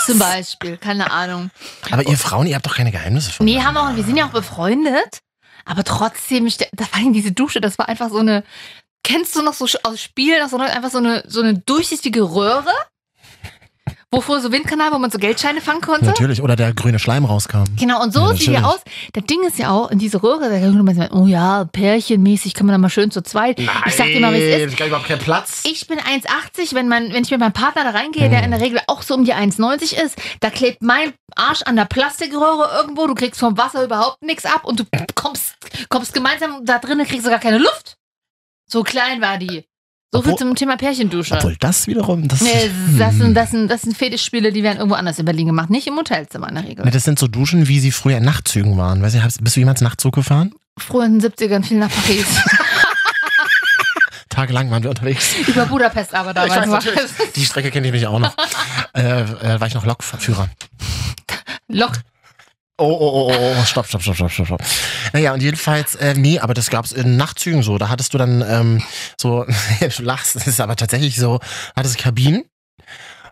Zum Beispiel, keine Ahnung.
Aber ihr Frauen, ihr habt doch keine Geheimnisse von
Nee, haben wir auch, wir sind ja auch befreundet, aber trotzdem, ste- da war diese Dusche, das war einfach so eine, kennst du noch so sch- aus Spielen, aus so einer- einfach so eine, so eine durchsichtige Röhre, wovor so Windkanal, wo man so Geldscheine fangen konnte.
Natürlich. Oder der grüne Schleim rauskam.
Genau, und so
Ja,
sieht die
natürlich.
aus. Das Ding ist ja auch, in diese Röhre, da kann man sagen, oh ja, pärchenmäßig kann man da mal schön zu zweit. Ich sag dir mal, wie es ist.
Ich habe überhaupt keinen Platz.
Ich bin 1,80, wenn, man, wenn ich mit meinem Partner da reingehe, der in der Regel auch so um die 1,90 ist, da klebt mein Arsch an der Plastikröhre irgendwo, du kriegst vom Wasser überhaupt nichts ab und du kommst, kommst gemeinsam da drinnen, kriegst sogar keine Luft. So klein war die. So viel
Obwohl-
zum Thema Pärchendusche.
Obwohl das wiederum, das,
Nee, das,
Hm.
sind, das, sind, das sind Fetischspiele, die werden irgendwo anders in Berlin gemacht, nicht im Hotelzimmer in der Regel.
Nee, das sind so Duschen, wie sie früher in Nachtzügen waren. Weiß ich, hast- bist du jemals Nachtzug gefahren?
Früher in den 70ern viel nach Paris.
Tagelang waren wir unterwegs.
Über Budapest aber damals. war
natürlich.
es.
Die Strecke kenne ich mich auch [laughs] noch. äh, äh, war ich noch Lokführer.
Lok
Oh, oh, oh, oh, oh, stopp, stopp, stopp, stopp, stopp, stopp. Naja, und jedenfalls, äh, nee, aber das gab's in Nachtzügen so. Da hattest du [laughs] dann ähm, so, du lachst, es ist aber tatsächlich so, hattest Kabinen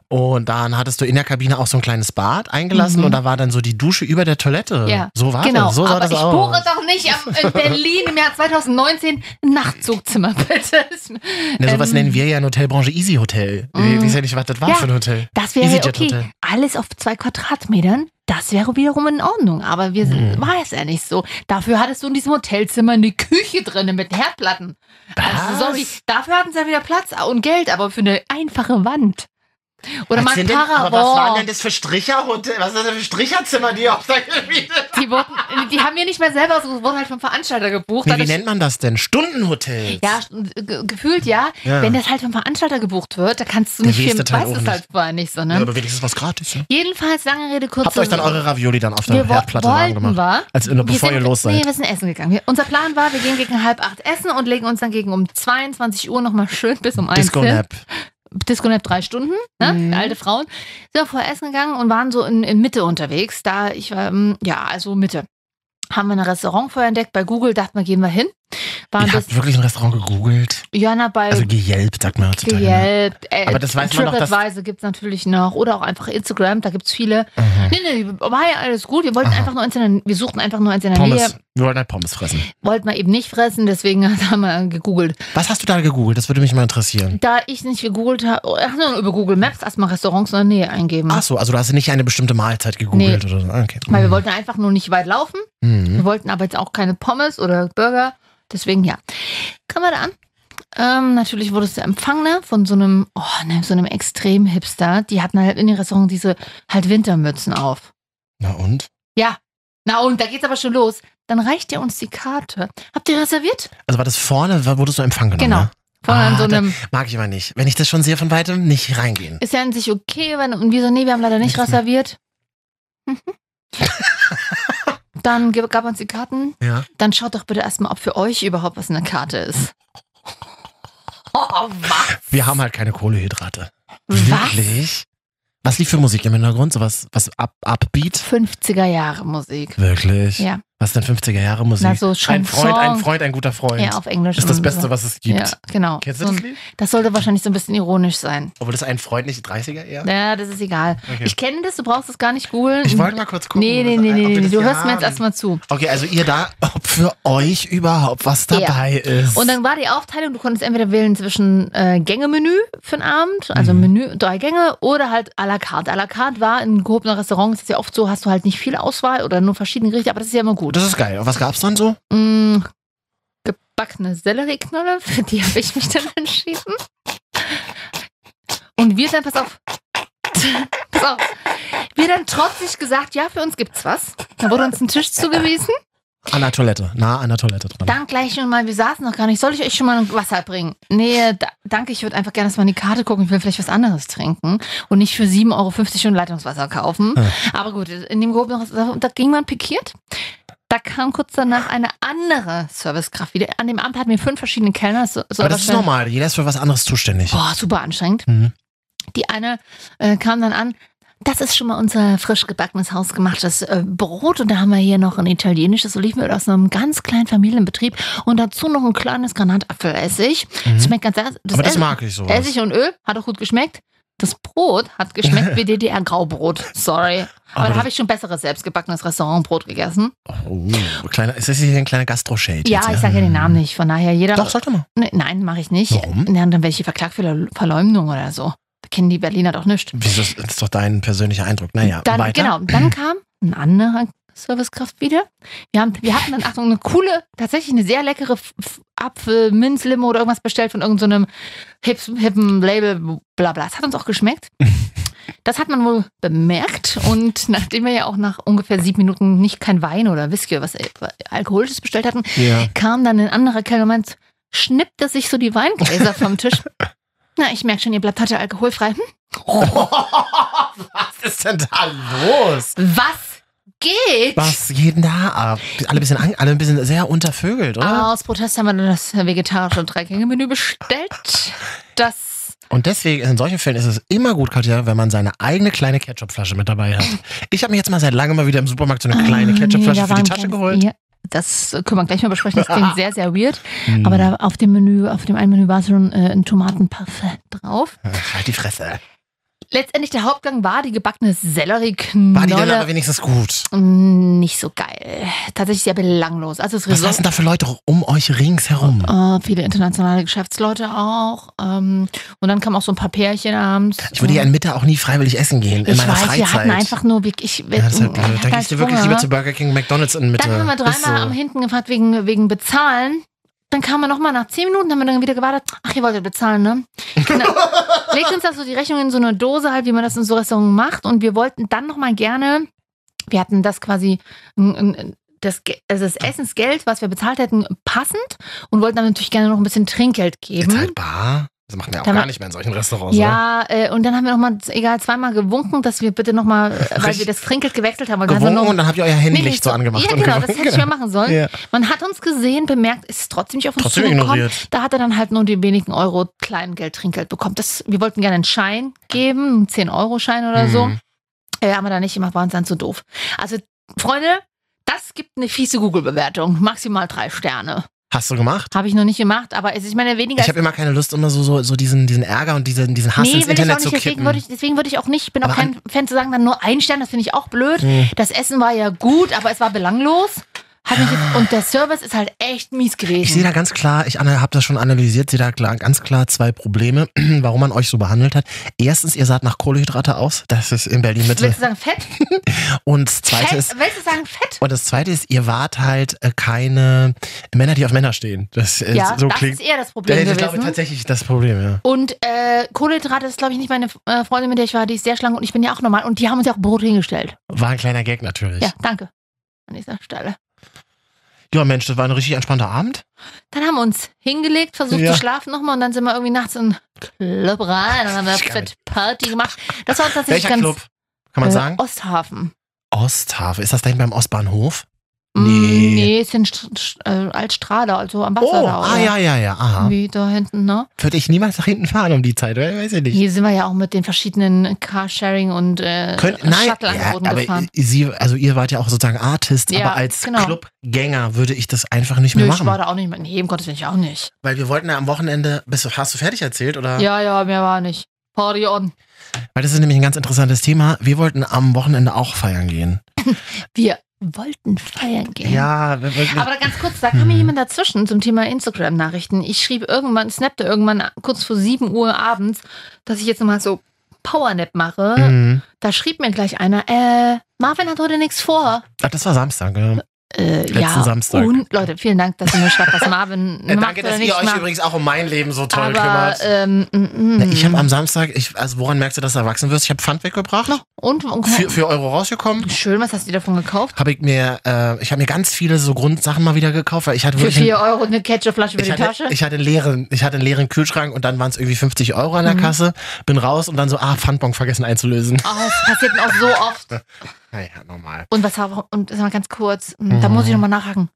Und dann hattest du in der Kabine auch so ein kleines Bad eingelassen und da war dann so die Dusche über der Toilette.
Mhm. Ja,
Äh, So war
genau.
das. So sah
aber
das
ich
aus.
buche doch nicht am, in Berlin im Jahr 2019 ein Nachtzugzimmer, [laughs] bitte.
Ne, sowas
Ähm,
nennen wir ja in Hotelbranche Easy Hotel.
Mm.
Ich weiß ja nicht, was das war
Ja,
für ein Hotel.
Das wäre
EasyJet
okay.
Hotel.
Alles auf zwei Quadratmetern, das wäre wiederum in Ordnung. Aber wir
Mhm.
war es ja nicht so. Dafür hattest du in diesem Hotelzimmer eine Küche drinne mit Herdplatten. Also, sorry, dafür hatten sie ja wieder Platz und Geld, aber für eine einfache Wand. Oder mal ein Paravent.
das für Stricherhotel? Was ist das denn für Stricherzimmer, die auf der Kabine?
Die, wurden, die haben wir nicht mehr selber ausgesucht, wurden halt vom Veranstalter gebucht.
Nee, wie
Dadurch-
nennt man das denn? Stundenhotels?
ja, äh, ge- gefühlt ja.
Ja.
Wenn das halt vom Veranstalter gebucht wird, da kannst du
Dann
nicht
weißt
viel,
du
weißt
das halt auch
es
nicht.
halt vorher nicht, so,
Ja,
ne?
aber wenigstens was gratis. Ja?
Jedenfalls, lange Rede, kurz
Habt ihr euch dann eure Ravioli dann auf der
wo-
Herdplatte warm
wollten
gemacht?
wir.
Als ihr noch-
Wir
bevor
sind,
ihr los
Nee,
seid.
wir sind essen gegangen. Wir, unser Plan war, wir gehen gegen halb acht essen und legen uns dann gegen um 22 Uhr nochmal schön bis um eins
Disco
hin.
Nap.
Disco Nap drei Stunden, ne?
Mhm.
alte Frauen. Sind wir vorher essen gegangen und waren so in, in Mitte unterwegs. Da ich war, ähm, ja, also Mitte. Haben wir ein Restaurant vorher entdeckt bei Google, dachten wir, gehen wir hin. Waren
Ihr
bis
habt wirklich ein Restaurant gegoogelt.
Jana bei
Also gejelbt, sagt man heutzutage. ne?
Yelp, äh,
Aber das weiß man doch, dass-
TripAdvisor gibt es natürlich noch. Oder auch einfach Instagram, da gibt es viele.
Mhm.
Nee, nee, war ja alles gut. Wir wollten
Aha.
einfach nur eins in der, wir suchten einfach nur eins in der Nähe.
Pommes. Wir wollen halt Pommes fressen.
Wollten wir eben nicht fressen, deswegen [laughs] haben wir gegoogelt.
Was hast du da gegoogelt? Das würde mich mal interessieren.
Da ich nicht gegoogelt habe, ach so, über Google Maps erstmal Restaurants in der Nähe eingeben.
Ach so, also du hast nicht eine bestimmte Mahlzeit gegoogelt oder so. Ah, Okay.
Mhm. Weil wir wollten einfach nur nicht weit laufen. Wir
Mhm.
wollten aber jetzt auch keine Pommes oder Burger. Deswegen ja. Kam wir da an. Ähm, natürlich wurde es der Empfang ne, von so einem, oh, ne, so einem extrem Hipster. Die hatten halt in den Restaurants diese halt Wintermützen auf.
Na und?
Ja. Na und da geht's aber schon los. Dann reicht ihr uns die Karte. Habt ihr reserviert?
Also war das vorne, war- wurdest du empfangen genommen?
Genau.
Ne?
Von
Ah,
so
da-
einem,
Mag ich immer nicht. Wenn ich das schon sehe von weitem, nicht reingehen.
ist ja an sich okay, wenn, und wir so, nee, wir haben leider nicht
Nichts mehr. [laughs]
reserviert. Mhm. Dann ge- gab er uns die Karten.
Ja.
Dann schaut doch bitte erstmal, ob für euch überhaupt was in der Karte ist. Oh, was?
Wir haben halt keine Kohlehydrate.
Was?
Wirklich? Was lief für Musik im Hintergrund? Sowas, was up, upbeat?
50er Jahre Musik.
Wirklich?
Ja.
Was denn 50er Jahre Musik?
Na, so schon
ein Freund, ein
Song.
Freund, ein guter Freund.
Ja, auf Englisch.
ist das
immer
Beste,
so.
was es gibt.
Ja, genau.
Kennst du
so,
das
ein-
Lied?
das sollte wahrscheinlich so ein bisschen ironisch sein.
Obwohl das ein Freund nicht 30er eher?
Ja, das ist egal.
Okay.
Ich kenne das, du brauchst das gar nicht googeln.
Ich
[laughs]
wollte mal kurz gucken.
Nee, nee,
ob
nee,
wir
nee, nee.
das
Du
hier
hörst mir jetzt
haben.
erstmal zu.
Okay, also ihr da, ob für euch überhaupt was
Ja.
dabei ist.
Und dann war die Aufteilung, du konntest entweder wählen zwischen äh, Gängemenü für den Abend, also
Mhm.
Menü, drei Gänge, oder halt à la carte. À la carte war in gehobenen Restaurants, ist es ja oft so, hast du halt nicht viel Auswahl oder nur verschiedene Gerichte, aber das ist ja immer
Oh,
gut.
das ist geil. Und was gab's dann so?
Mm, gebackene Sellerieknolle, [laughs] für die habe ich mich dann entschieden. Und wir dann, pass auf, [laughs] pass auf, wir dann trotzig gesagt, ja, für uns gibt's was. Dann wurde uns ein Tisch zugewiesen.
An der Toilette. Nah an der Toilette dran.
Dann gleich schon mal, wir saßen noch gar nicht. Soll ich euch schon mal ein Wasser bringen? Nee, da, danke, ich würde einfach gerne erstmal in die Karte gucken. Ich will vielleicht was anderes trinken und nicht für 7,50 Euro schon Leitungswasser kaufen.
Ja.
Aber gut, in dem Gehobenen Restaurant, da ging man pikiert. Da kam kurz danach eine andere Servicekraft wieder. An dem Abend hatten wir fünf verschiedene Kellner. So, so
Aber das ist
das-
normal. Jeder ist für was anderes zuständig.
Boah, super anstrengend.
Mhm.
Die eine äh, kam dann an. Das ist schon mal unser frisch gebackenes hausgemachtes äh, Brot und da haben wir hier noch ein italienisches Olivenöl aus einem ganz kleinen Familienbetrieb und dazu noch ein kleines Granatapfelessig.
Mhm.
Schmeckt ganz das,
Aber das
Ess-
mag ich so.
Essig und Öl hat auch gut geschmeckt. Das Brot
[laughs]
hat geschmeckt wie DDR Graubrot. Sorry, aber, da habe ich schon besseres selbstgebackenes Restaurantbrot gegessen.
Oh, kleiner, ist das hier ein kleiner Gastro-Shade?
Ja,
jetzt,
ich sage ja den Namen nicht, von daher jeder
Doch, sag doch mal.
Nee, Nein, mache ich nicht.
Warum?
Na, dann werde ich hier verklagt für Ver- Verleumdung oder so. Da kennen die Berliner doch nicht.
Wieso ist das ist doch dein persönlicher Eindruck? Naja,
Dann,
weiter.
genau,
[clears throat]
dann kam ein anderer Servicekraft wieder. Wir, haben, wir hatten dann, Achtung, eine coole, tatsächlich eine sehr leckere F- F- Apfel, Minzlimo oder irgendwas bestellt von irgendeinem so hippen, hippen Label, bla bla. Das hat uns
[laughs]
auch geschmeckt. Das hat man wohl bemerkt. Und nachdem wir ja auch nach ungefähr sieben Minuten nicht kein Wein oder Whisky oder was äh, Alkoholisches bestellt hatten, [laughs]
Ja. [laughs]
kam dann ein anderer Kerl und meint, schnippt er sich so
[laughs]
die Weingläser vom Tisch. Na, ich merke schon, ihr bleibt heute alkoholfrei. Hm?
was ist denn da los?
Was geht?
Was geht denn da ab? Alle ein bisschen, ang- alle ein bisschen sehr untervögelt, oder?
Aus Protest haben wir dann das vegetarische Dreigänge-Menü bestellt. Das
Und deswegen, in solchen Fällen ist es immer gut, Katja, wenn man seine eigene kleine Ketchupflasche mit dabei
[laughs]
hat. Ich habe mir jetzt mal seit langem mal wieder im Supermarkt so eine kleine
Ah,
Ketchupflasche
da
für
war
die
ein
Tasche
kleines-
geholt.
Ja, das können wir gleich mal besprechen.
[laughs]
Das klingt sehr, sehr weird.
Hm.
Aber da auf dem Menü, auf dem einen Menü war schon äh, ein Tomatenparfait drauf.
Ach, Halt die Fresse.
Letztendlich der Hauptgang war die gebackene
War die denn aber
Sellerieknolle.
wenigstens gut?
Mm, Nicht so geil. Tatsächlich sehr belanglos. Also es
Was
Risotto.
lassen da für Leute um euch ringsherum?
Äh, viele internationale Geschäftsleute auch. Ähm, und dann kamen auch so ein paar Pärchen abends.
Ich würde ja in Mitte auch nie freiwillig essen gehen, in
ich
meiner
weiß, wir
Freizeit.
hatten einfach nur wirklich.
ja, das ist halt blöd.
ich hatte
Dann
halt
gehst du wirklich
Hunger.
lieber zu Burger King, McDonalds in Mitte.
Dann haben wir dreimal
Ist so.
am hinten gefragt wegen, wegen Bezahlen. Dann kamen wir nochmal nach zehn Minuten, haben wir dann wieder gewartet. Ach, ihr wolltet bezahlen, ne? Genau.
[laughs]
Legt uns das so die Rechnung in so eine Dose, halt, wie man das in so Restaurants macht. Und wir wollten dann nochmal gerne, wir hatten das quasi, n- n- das, Ge- also das Essensgeld, was wir bezahlt hätten, passend und wollten dann natürlich gerne noch ein bisschen Trinkgeld
Jetzt
geben.
halt bar. Das machen wir auch
Dann-
gar nicht mehr in solchen Restaurants. ne?
Ja, äh, und dann haben wir nochmal, egal, zweimal gewunken, dass wir bitte nochmal, äh, weil wir
Richtig.
das Trinkgeld gewechselt haben. weil wir
Gewunken
hatten noch-
und dann habt ihr euer
Nee, nee,
Handylicht so
so-
angemacht.
Ja,
und
genau, das
gewunken.
hätte ich ja machen sollen.
Ja.
Man hat uns gesehen, bemerkt, ist trotzdem nicht auf uns
Trotzdem
zugekommen.
ignoriert.
Da hat er dann halt nur die wenigen Euro Kleingeld, Trinkgeld bekommen. Das, wir wollten gerne einen Schein geben, einen 10-Euro-Schein oder so.
Mhm.
Äh, haben wir da nicht gemacht, waren uns dann zu doof. Also, Freunde, das gibt eine fiese Google-Bewertung. Maximal drei Sterne.
Hast du gemacht?
Habe ich noch nicht gemacht, aber es, ich meine, weniger
Ich habe immer keine Lust, immer so, so, so diesen, diesen Ärger und diesen, diesen Hass
Nee,
ins
will ich auch
Internet
nicht.
zu
Deswegen
kippen.
würde ich, deswegen würde ich auch nicht, ich bin auch
Aber
kein Fan zu sagen, dann nur ein Stern, das finde ich auch blöd.
Hm.
Das Essen war ja gut, aber es war belanglos. Hat mich jetzt, und der Service ist halt echt mies gewesen.
Ich sehe da ganz klar, ich habe das schon analysiert, sehe da klar, ganz klar zwei Probleme, [clears throat] warum man euch so behandelt hat. Erstens, ihr saht nach Kohlenhydrate aus, das ist in Berlin Mitte.
Willst du sagen fett?
Und das zweite ist,
fett? Willst du sagen fett?
und das zweite ist, ihr wart halt äh, keine Männer, die auf Männer stehen. Das äh,
Ja,
so
das
klingt.
ist eher das
Das
Problem
ist, glaube ich,
gewesen.
tatsächlich das Problem, ja.
Und äh, Kohlenhydrate ist, glaube ich, nicht meine äh, Freundin, mit der ich war, die ist sehr schlank und ich bin ja auch normal. Und die haben uns ja auch Brot hingestellt.
War ein kleiner Gag natürlich.
Ja,
Ja,
danke. An dieser Stelle.
Mensch, das war ein richtig entspannter Abend.
Dann haben wir uns hingelegt, versucht
Ja.
zu schlafen nochmal und dann sind wir irgendwie nachts in den Club rein. Dann haben wir
Ich kann
fett Party gemacht. Das war uns tatsächlich
Welcher
ganz.
Club? Kann man
äh,
sagen?
Osthafen.
Osthafen. Ist das da hinten beim Ostbahnhof?
Mm,
Nee.
nee ist in St St äh, Altstrahler, also am Wasser
oh,
da.
ah
oder?
ja, ja, ja, aha.
Wie da hinten, ne?
Würde ich niemals nach hinten fahren um die Zeit, we- weiß ich nicht.
Hier sind wir ja auch mit den verschiedenen Carsharing und äh,
Könnt, nein, ja,
Shuttle-Angeboten
aber
gefahren.
sie, also ihr wart ja auch sozusagen Artist,
Ja,
aber als
genau.
Clubgänger würde ich das einfach nicht mehr
Nö, ich war
machen.
da auch nicht mit. Nee, um Gottes Willen, ich auch nicht.
Weil wir wollten ja am Wochenende, bist du, hast du fertig erzählt? Oder?
Ja, ja, mehr war nicht. Party on.
Weil das ist nämlich ein ganz interessantes Thema. Wir wollten am Wochenende auch feiern gehen.
Wir wollten feiern gehen.
Ja, Hm. wir wollten.
Aber ganz kurz, da kam mir jemand dazwischen zum Thema Instagram-Nachrichten. Ich schrieb irgendwann, snappte irgendwann kurz vor 7 Uhr abends, dass ich jetzt nochmal so Powernap mache.
Mhm.
Da schrieb mir gleich einer, äh, Marvin hat heute nichts vor.
Ach, das war Samstag, genau.
Äh,
Letzten
ja,
Samstag.
Und, Leute, vielen Dank, dass ihr mir schreibt,
[laughs]
was Marvin
Äh,
macht
danke,
oder
dass ihr
nicht
euch
macht.
übrigens auch um mein Leben so toll
Aber,
kümmert.
ähm, mm, mm.
Na, ich habe am Samstag, ich, also woran merkst du, dass du erwachsen wirst? Ich habe Pfand weggebracht,
und, und
für, für Euro rausgekommen.
schön, was hast du dir davon gekauft?
Habe ich mir, äh, ich habe mir ganz viele so Grundsachen mal wieder gekauft, weil ich hatte
Für
wirklich einen-
4 Euro eine Ketchupflasche für
ich
die
hatte,
Tasche?
ich hatte einen leeren, ich hatte einen leeren Kühlschrank und dann waren es irgendwie 50 Euro an der
Mhm.
Kasse. Bin raus und dann so, ah, Pfandbon vergessen einzulösen.
Oh, das passiert mir auch so oft.
Naja, normal.
Und was habe und sag mal ganz kurz, mm, da
Mhm.
muss ich nochmal nachhaken.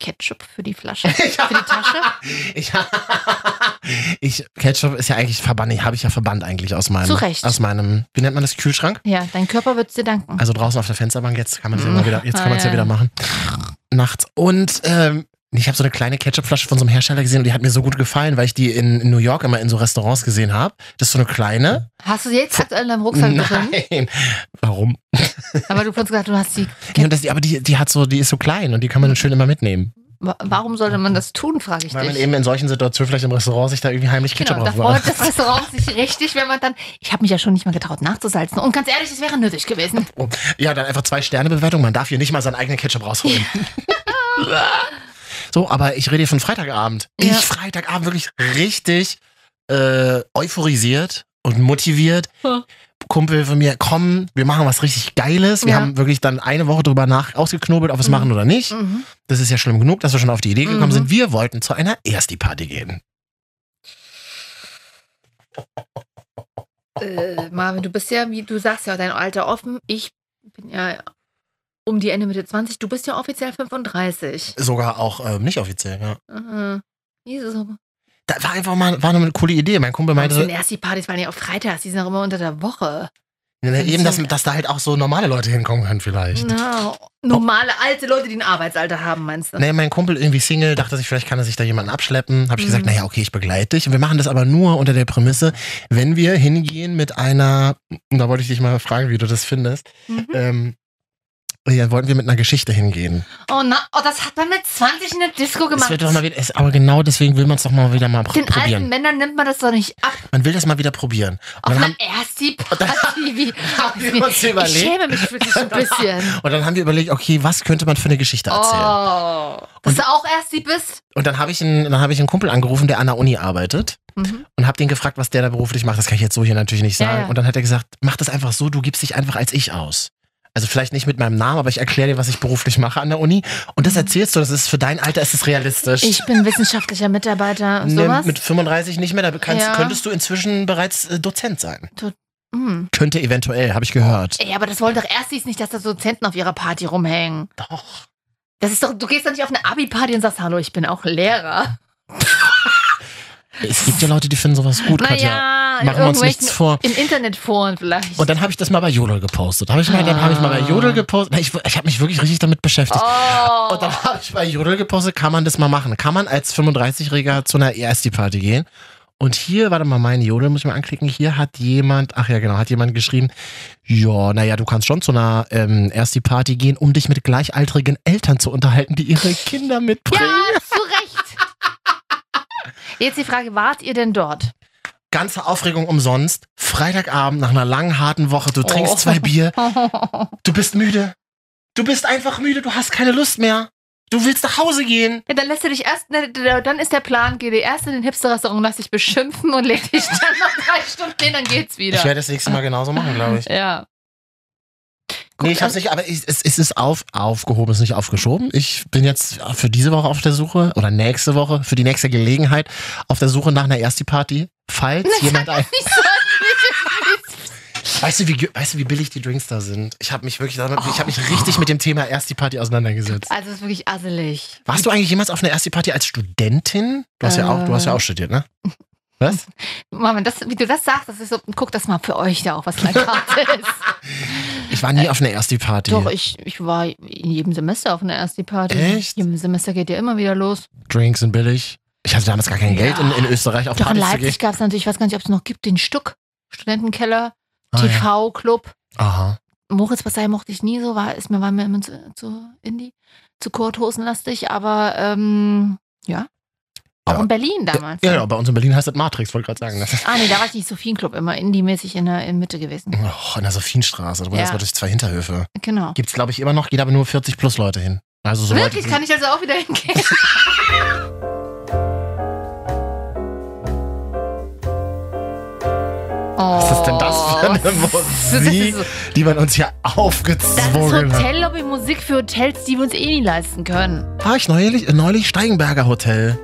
Ketchup für
[laughs]
die Flasche. Für die Tasche?
Ich, [laughs] ich Ketchup ist ja eigentlich verbannt, habe ich ja verbannt eigentlich aus meinem,
Zu Recht.
aus meinem, wie nennt man das Kühlschrank?
Ja, dein Körper wird es dir danken.
Also draußen auf der Fensterbank jetzt kann man es ja
Mhm.
mal wieder, jetzt
Ah,
kann man es ja
ja.
wieder machen. Nachts und ähm, ich habe so eine kleine Ketchupflasche von so einem Hersteller gesehen und die hat mir so gut gefallen, weil ich die in, in New York immer in so Restaurants gesehen habe. Das ist so eine kleine.
Hast du sie jetzt aktuell in
[laughs]
deinem Rucksack drin?
Nein. Warum?
Aber du hast gesagt, du hast sie.
Ja, und das, aber die, die hat so, die ist so klein und die
Mhm.
kann man dann schön immer mitnehmen.
Wa- Warum sollte man das tun, frage ich
Weil man
dich.
eben in solchen Situationen vielleicht im Restaurant sich da irgendwie heimlich Ketchup
Genau, da
drauf
freut
macht.
das Restaurant sich richtig, wenn man dann. Ich habe mich ja schon nicht mal getraut nachzusalzen. Und ganz ehrlich, es wäre nötig gewesen.
Oh, ja, dann einfach zwei Sterne Bewertung. Man darf hier nicht mal seinen eigenen Ketchup
[laughs]
rausholen. so, aber ich rede hier von Freitagabend.
Ja.
Ich Freitagabend wirklich richtig äh, euphorisiert und motiviert.
Hm.
Kumpel von mir, komm, wir machen was richtig Geiles. Wir
Ja.
haben wirklich dann eine Woche drüber nach ausgeknobelt, ob wir es
Mhm.
machen oder nicht.
[laughs] Mhm.
Das ist ja schlimm genug, dass wir schon auf die Idee gekommen
Mhm.
sind. Wir wollten zu einer Ersti-Party gehen.
Äh, Marvin, du bist ja, wie du sagst ja, dein Alter offen. Ich bin ja um die Ende Mitte 20. Du bist ja offiziell 35.
Sogar auch ähm, nicht offiziell, ja.
Aha. Mhm. Jesus.
Da war einfach mal war eine coole Idee. Mein Kumpel meinte,
Meine
so,
erst die Partys waren ja auch freitags, die sind auch immer unter der Woche.
Ja, eben, dass,
so-
dass da halt auch so normale Leute hinkommen können vielleicht.
Na, normale alte Leute, die ein Arbeitsalter haben, meinst du?
Oh. Nee, mein Kumpel irgendwie Single, dachte sich, vielleicht kann er sich da jemanden abschleppen. Habe ich
Mhm.
gesagt, naja, okay, ich begleite dich. Und wir machen das aber nur unter der Prämisse, wenn wir hingehen mit einer, und da wollte ich dich mal fragen, wie du das findest,
Mhm.
ähm, ja, wollten wir mit einer Geschichte hingehen.
Oh, na, oh, das hat man mit 20 in der Disco
Es
gemacht.
wird doch mal wieder, es, aber genau deswegen will man es doch mal wieder mal pr
Den alten
probieren.
Männern nimmt man das doch nicht ab.
Man will das mal wieder probieren. Und
Auf
dann,
einer
haben, [laughs]
Ersti-Party. wie-
haben wir uns
Ich
überlegt.
schäme mich wirklich ein bisschen.
[laughs] und dann haben wir überlegt, okay, was könnte man für eine Geschichte erzählen?
Oh. Dass
Und-
du auch Ersti bist?
Und dann habe ich, einen- dann hab ich einen Kumpel angerufen, der an der Uni arbeitet.
Mhm.
und hab den gefragt, was der da beruflich macht. Das kann ich jetzt so hier natürlich nicht
Ja,
sagen.
ja.
Und dann hat er gesagt, mach das einfach so, du gibst dich einfach als ich aus. Also vielleicht nicht mit meinem Namen, aber ich erkläre dir, was ich beruflich mache an der Uni. Und das erzählst du, das ist für dein Alter, ist es realistisch.
Mhm. Ich bin wissenschaftlicher Mitarbeiter.
Ne,
Sowas?
mit 35 nicht mehr, da kannst,
Ja.
könntest du inzwischen bereits äh, Dozent sein.
Hm.
Könnte eventuell, habe ich gehört.
Ey, aber das wollen doch Erstis nicht, dass da Dozenten auf ihrer Party rumhängen.
Doch.
Das ist doch, du gehst doch nicht auf eine Abi-Party und sagst, hallo, ich bin auch Lehrer.
Es gibt ja Leute, die finden sowas gut, Katja.
Naja, in
Machen wir uns nichts
irgendwelchen,
vor.
in Internetforen vielleicht.
Und dann habe ich das mal bei Jodel gepostet. Hab ich mal, Dann habe ich mal bei
Ah.
Jodel gepostet. Na, Ich, ich habe mich wirklich richtig damit beschäftigt. [laughs]
oh.
Und dann habe ich bei Jodel gepostet, kann man das mal machen? Kann man als 35-Jähriger zu einer E ESD-Party gehen? Und hier, warte mal, mein Jodel muss ich mal anklicken. Hier hat jemand, ach ja, genau, hat jemand geschrieben, ja, naja, du kannst schon zu einer ähm, ESD-Party gehen, um dich mit gleichaltrigen Eltern zu unterhalten, die ihre Kinder mitbringen.
ja, zu Recht.
[laughs]
Jetzt die Frage, wart ihr denn dort?
Ganze Aufregung umsonst. Freitagabend nach einer langen, harten Woche, du trinkst
Oh.
zwei Bier, du bist müde. Du bist einfach müde, du hast keine Lust mehr. Du willst nach Hause gehen.
Ja, dann lässt du dich erst, ne, ne, dann ist der Plan, geh dir erst in den Hipster-Restaurant, lass dich beschimpfen und leg dich dann noch
[laughs]
drei Stunden hin, dann geht's wieder.
Ich werde das nächste Mal genauso machen, glaube
[laughs]
ich.
Ja. also,
Nee, ich hab's nicht, aber ich, es, es ist auf, aufgehoben, es ist nicht aufgeschoben. Ich bin jetzt für diese Woche auf der Suche oder nächste Woche, für die nächste Gelegenheit, auf der Suche nach einer Ersti-Party. Falls
[laughs]
jemand ein.
Nicht so, nicht so, nicht so.
Weißt du, wie, ge- weißt du, wie billig die Drinks da sind? Ich habe mich wirklich damit, ich habe mich richtig mit dem Thema Ersti-Party auseinandergesetzt.
Also es ist wirklich asselig.
Warst du eigentlich jemals auf einer Ersti-Party als Studentin? Du hast ja auch, du hast
Äh.
ja auch studiert, ne? Was?
Moment, das, wie du das sagst, das ist so, guck das mal für euch da auch, was
[laughs]
eine Karte ist.
Ich war nie auf einer Ersti-Party.
Äh, Doch, ich, ich war in jedem Semester auf einer ersten Party.
Echt?
Jedem Semester geht ja immer wieder los.
Drinks sind billig. Ich hatte damals gar kein Geld in, in Österreich auf
Doch in
Partys zu gehen.
Leipzig gab es natürlich, ich weiß gar nicht, ob es noch gibt, den Stuck, Studentenkeller,
Ah, ja.
TV-Club.
Aha.
Moritz Passei mochte ich nie so, war, ist mir, war mir immer zu, zu Indie, zu kurthosenlastig, aber ähm, ja. Auch
Aber-
in Berlin damals. ne?
Ja, ja, bei uns in Berlin heißt das Matrix, wollte gerade sagen. Das
Ah nee, da war ich nicht Sophienclub, immer indie-mäßig in der in Mitte gewesen.
Oh, in der Sophienstraße, da wurde
Ja.
das mal durch zwei Hinterhöfe.
Genau.
Gibt's, glaube ich, immer noch, geht aber nur 40 plus Leute hin. Also so
Wirklich,
Leute,
kann ich also auch wieder hingehen.
[laughs] Was ist denn das für eine
[laughs]
Musik,
Oh. Das ist,
die man uns hier
das ist
aufgezwungen hat?
Hotellobby-Musik für Hotels, die wir uns eh nie leisten können.
War ich neulich, äh, neulich Steigenberger Hotel.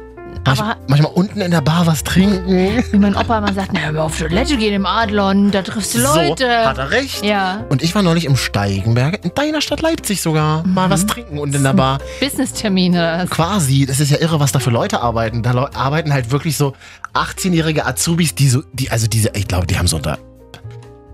Manch,
Aber-
manchmal unten in der Bar was trinken.
Wie mein Opa immer sagt, na, hör mal auf Toilette gehen im Adlon, da triffst du
So, hat
Leute.
er recht.
ja,
Und ich war neulich im Steigenberger, in deiner Stadt Leipzig sogar, mal
Mhm.
was trinken und in der Bar.
Business-Termine.
Quasi, das ist ja irre, was da für Leute arbeiten. Da leu- arbeiten halt wirklich so 18-jährige Azubis, die so, die, also diese, ich glaube, die haben so unter,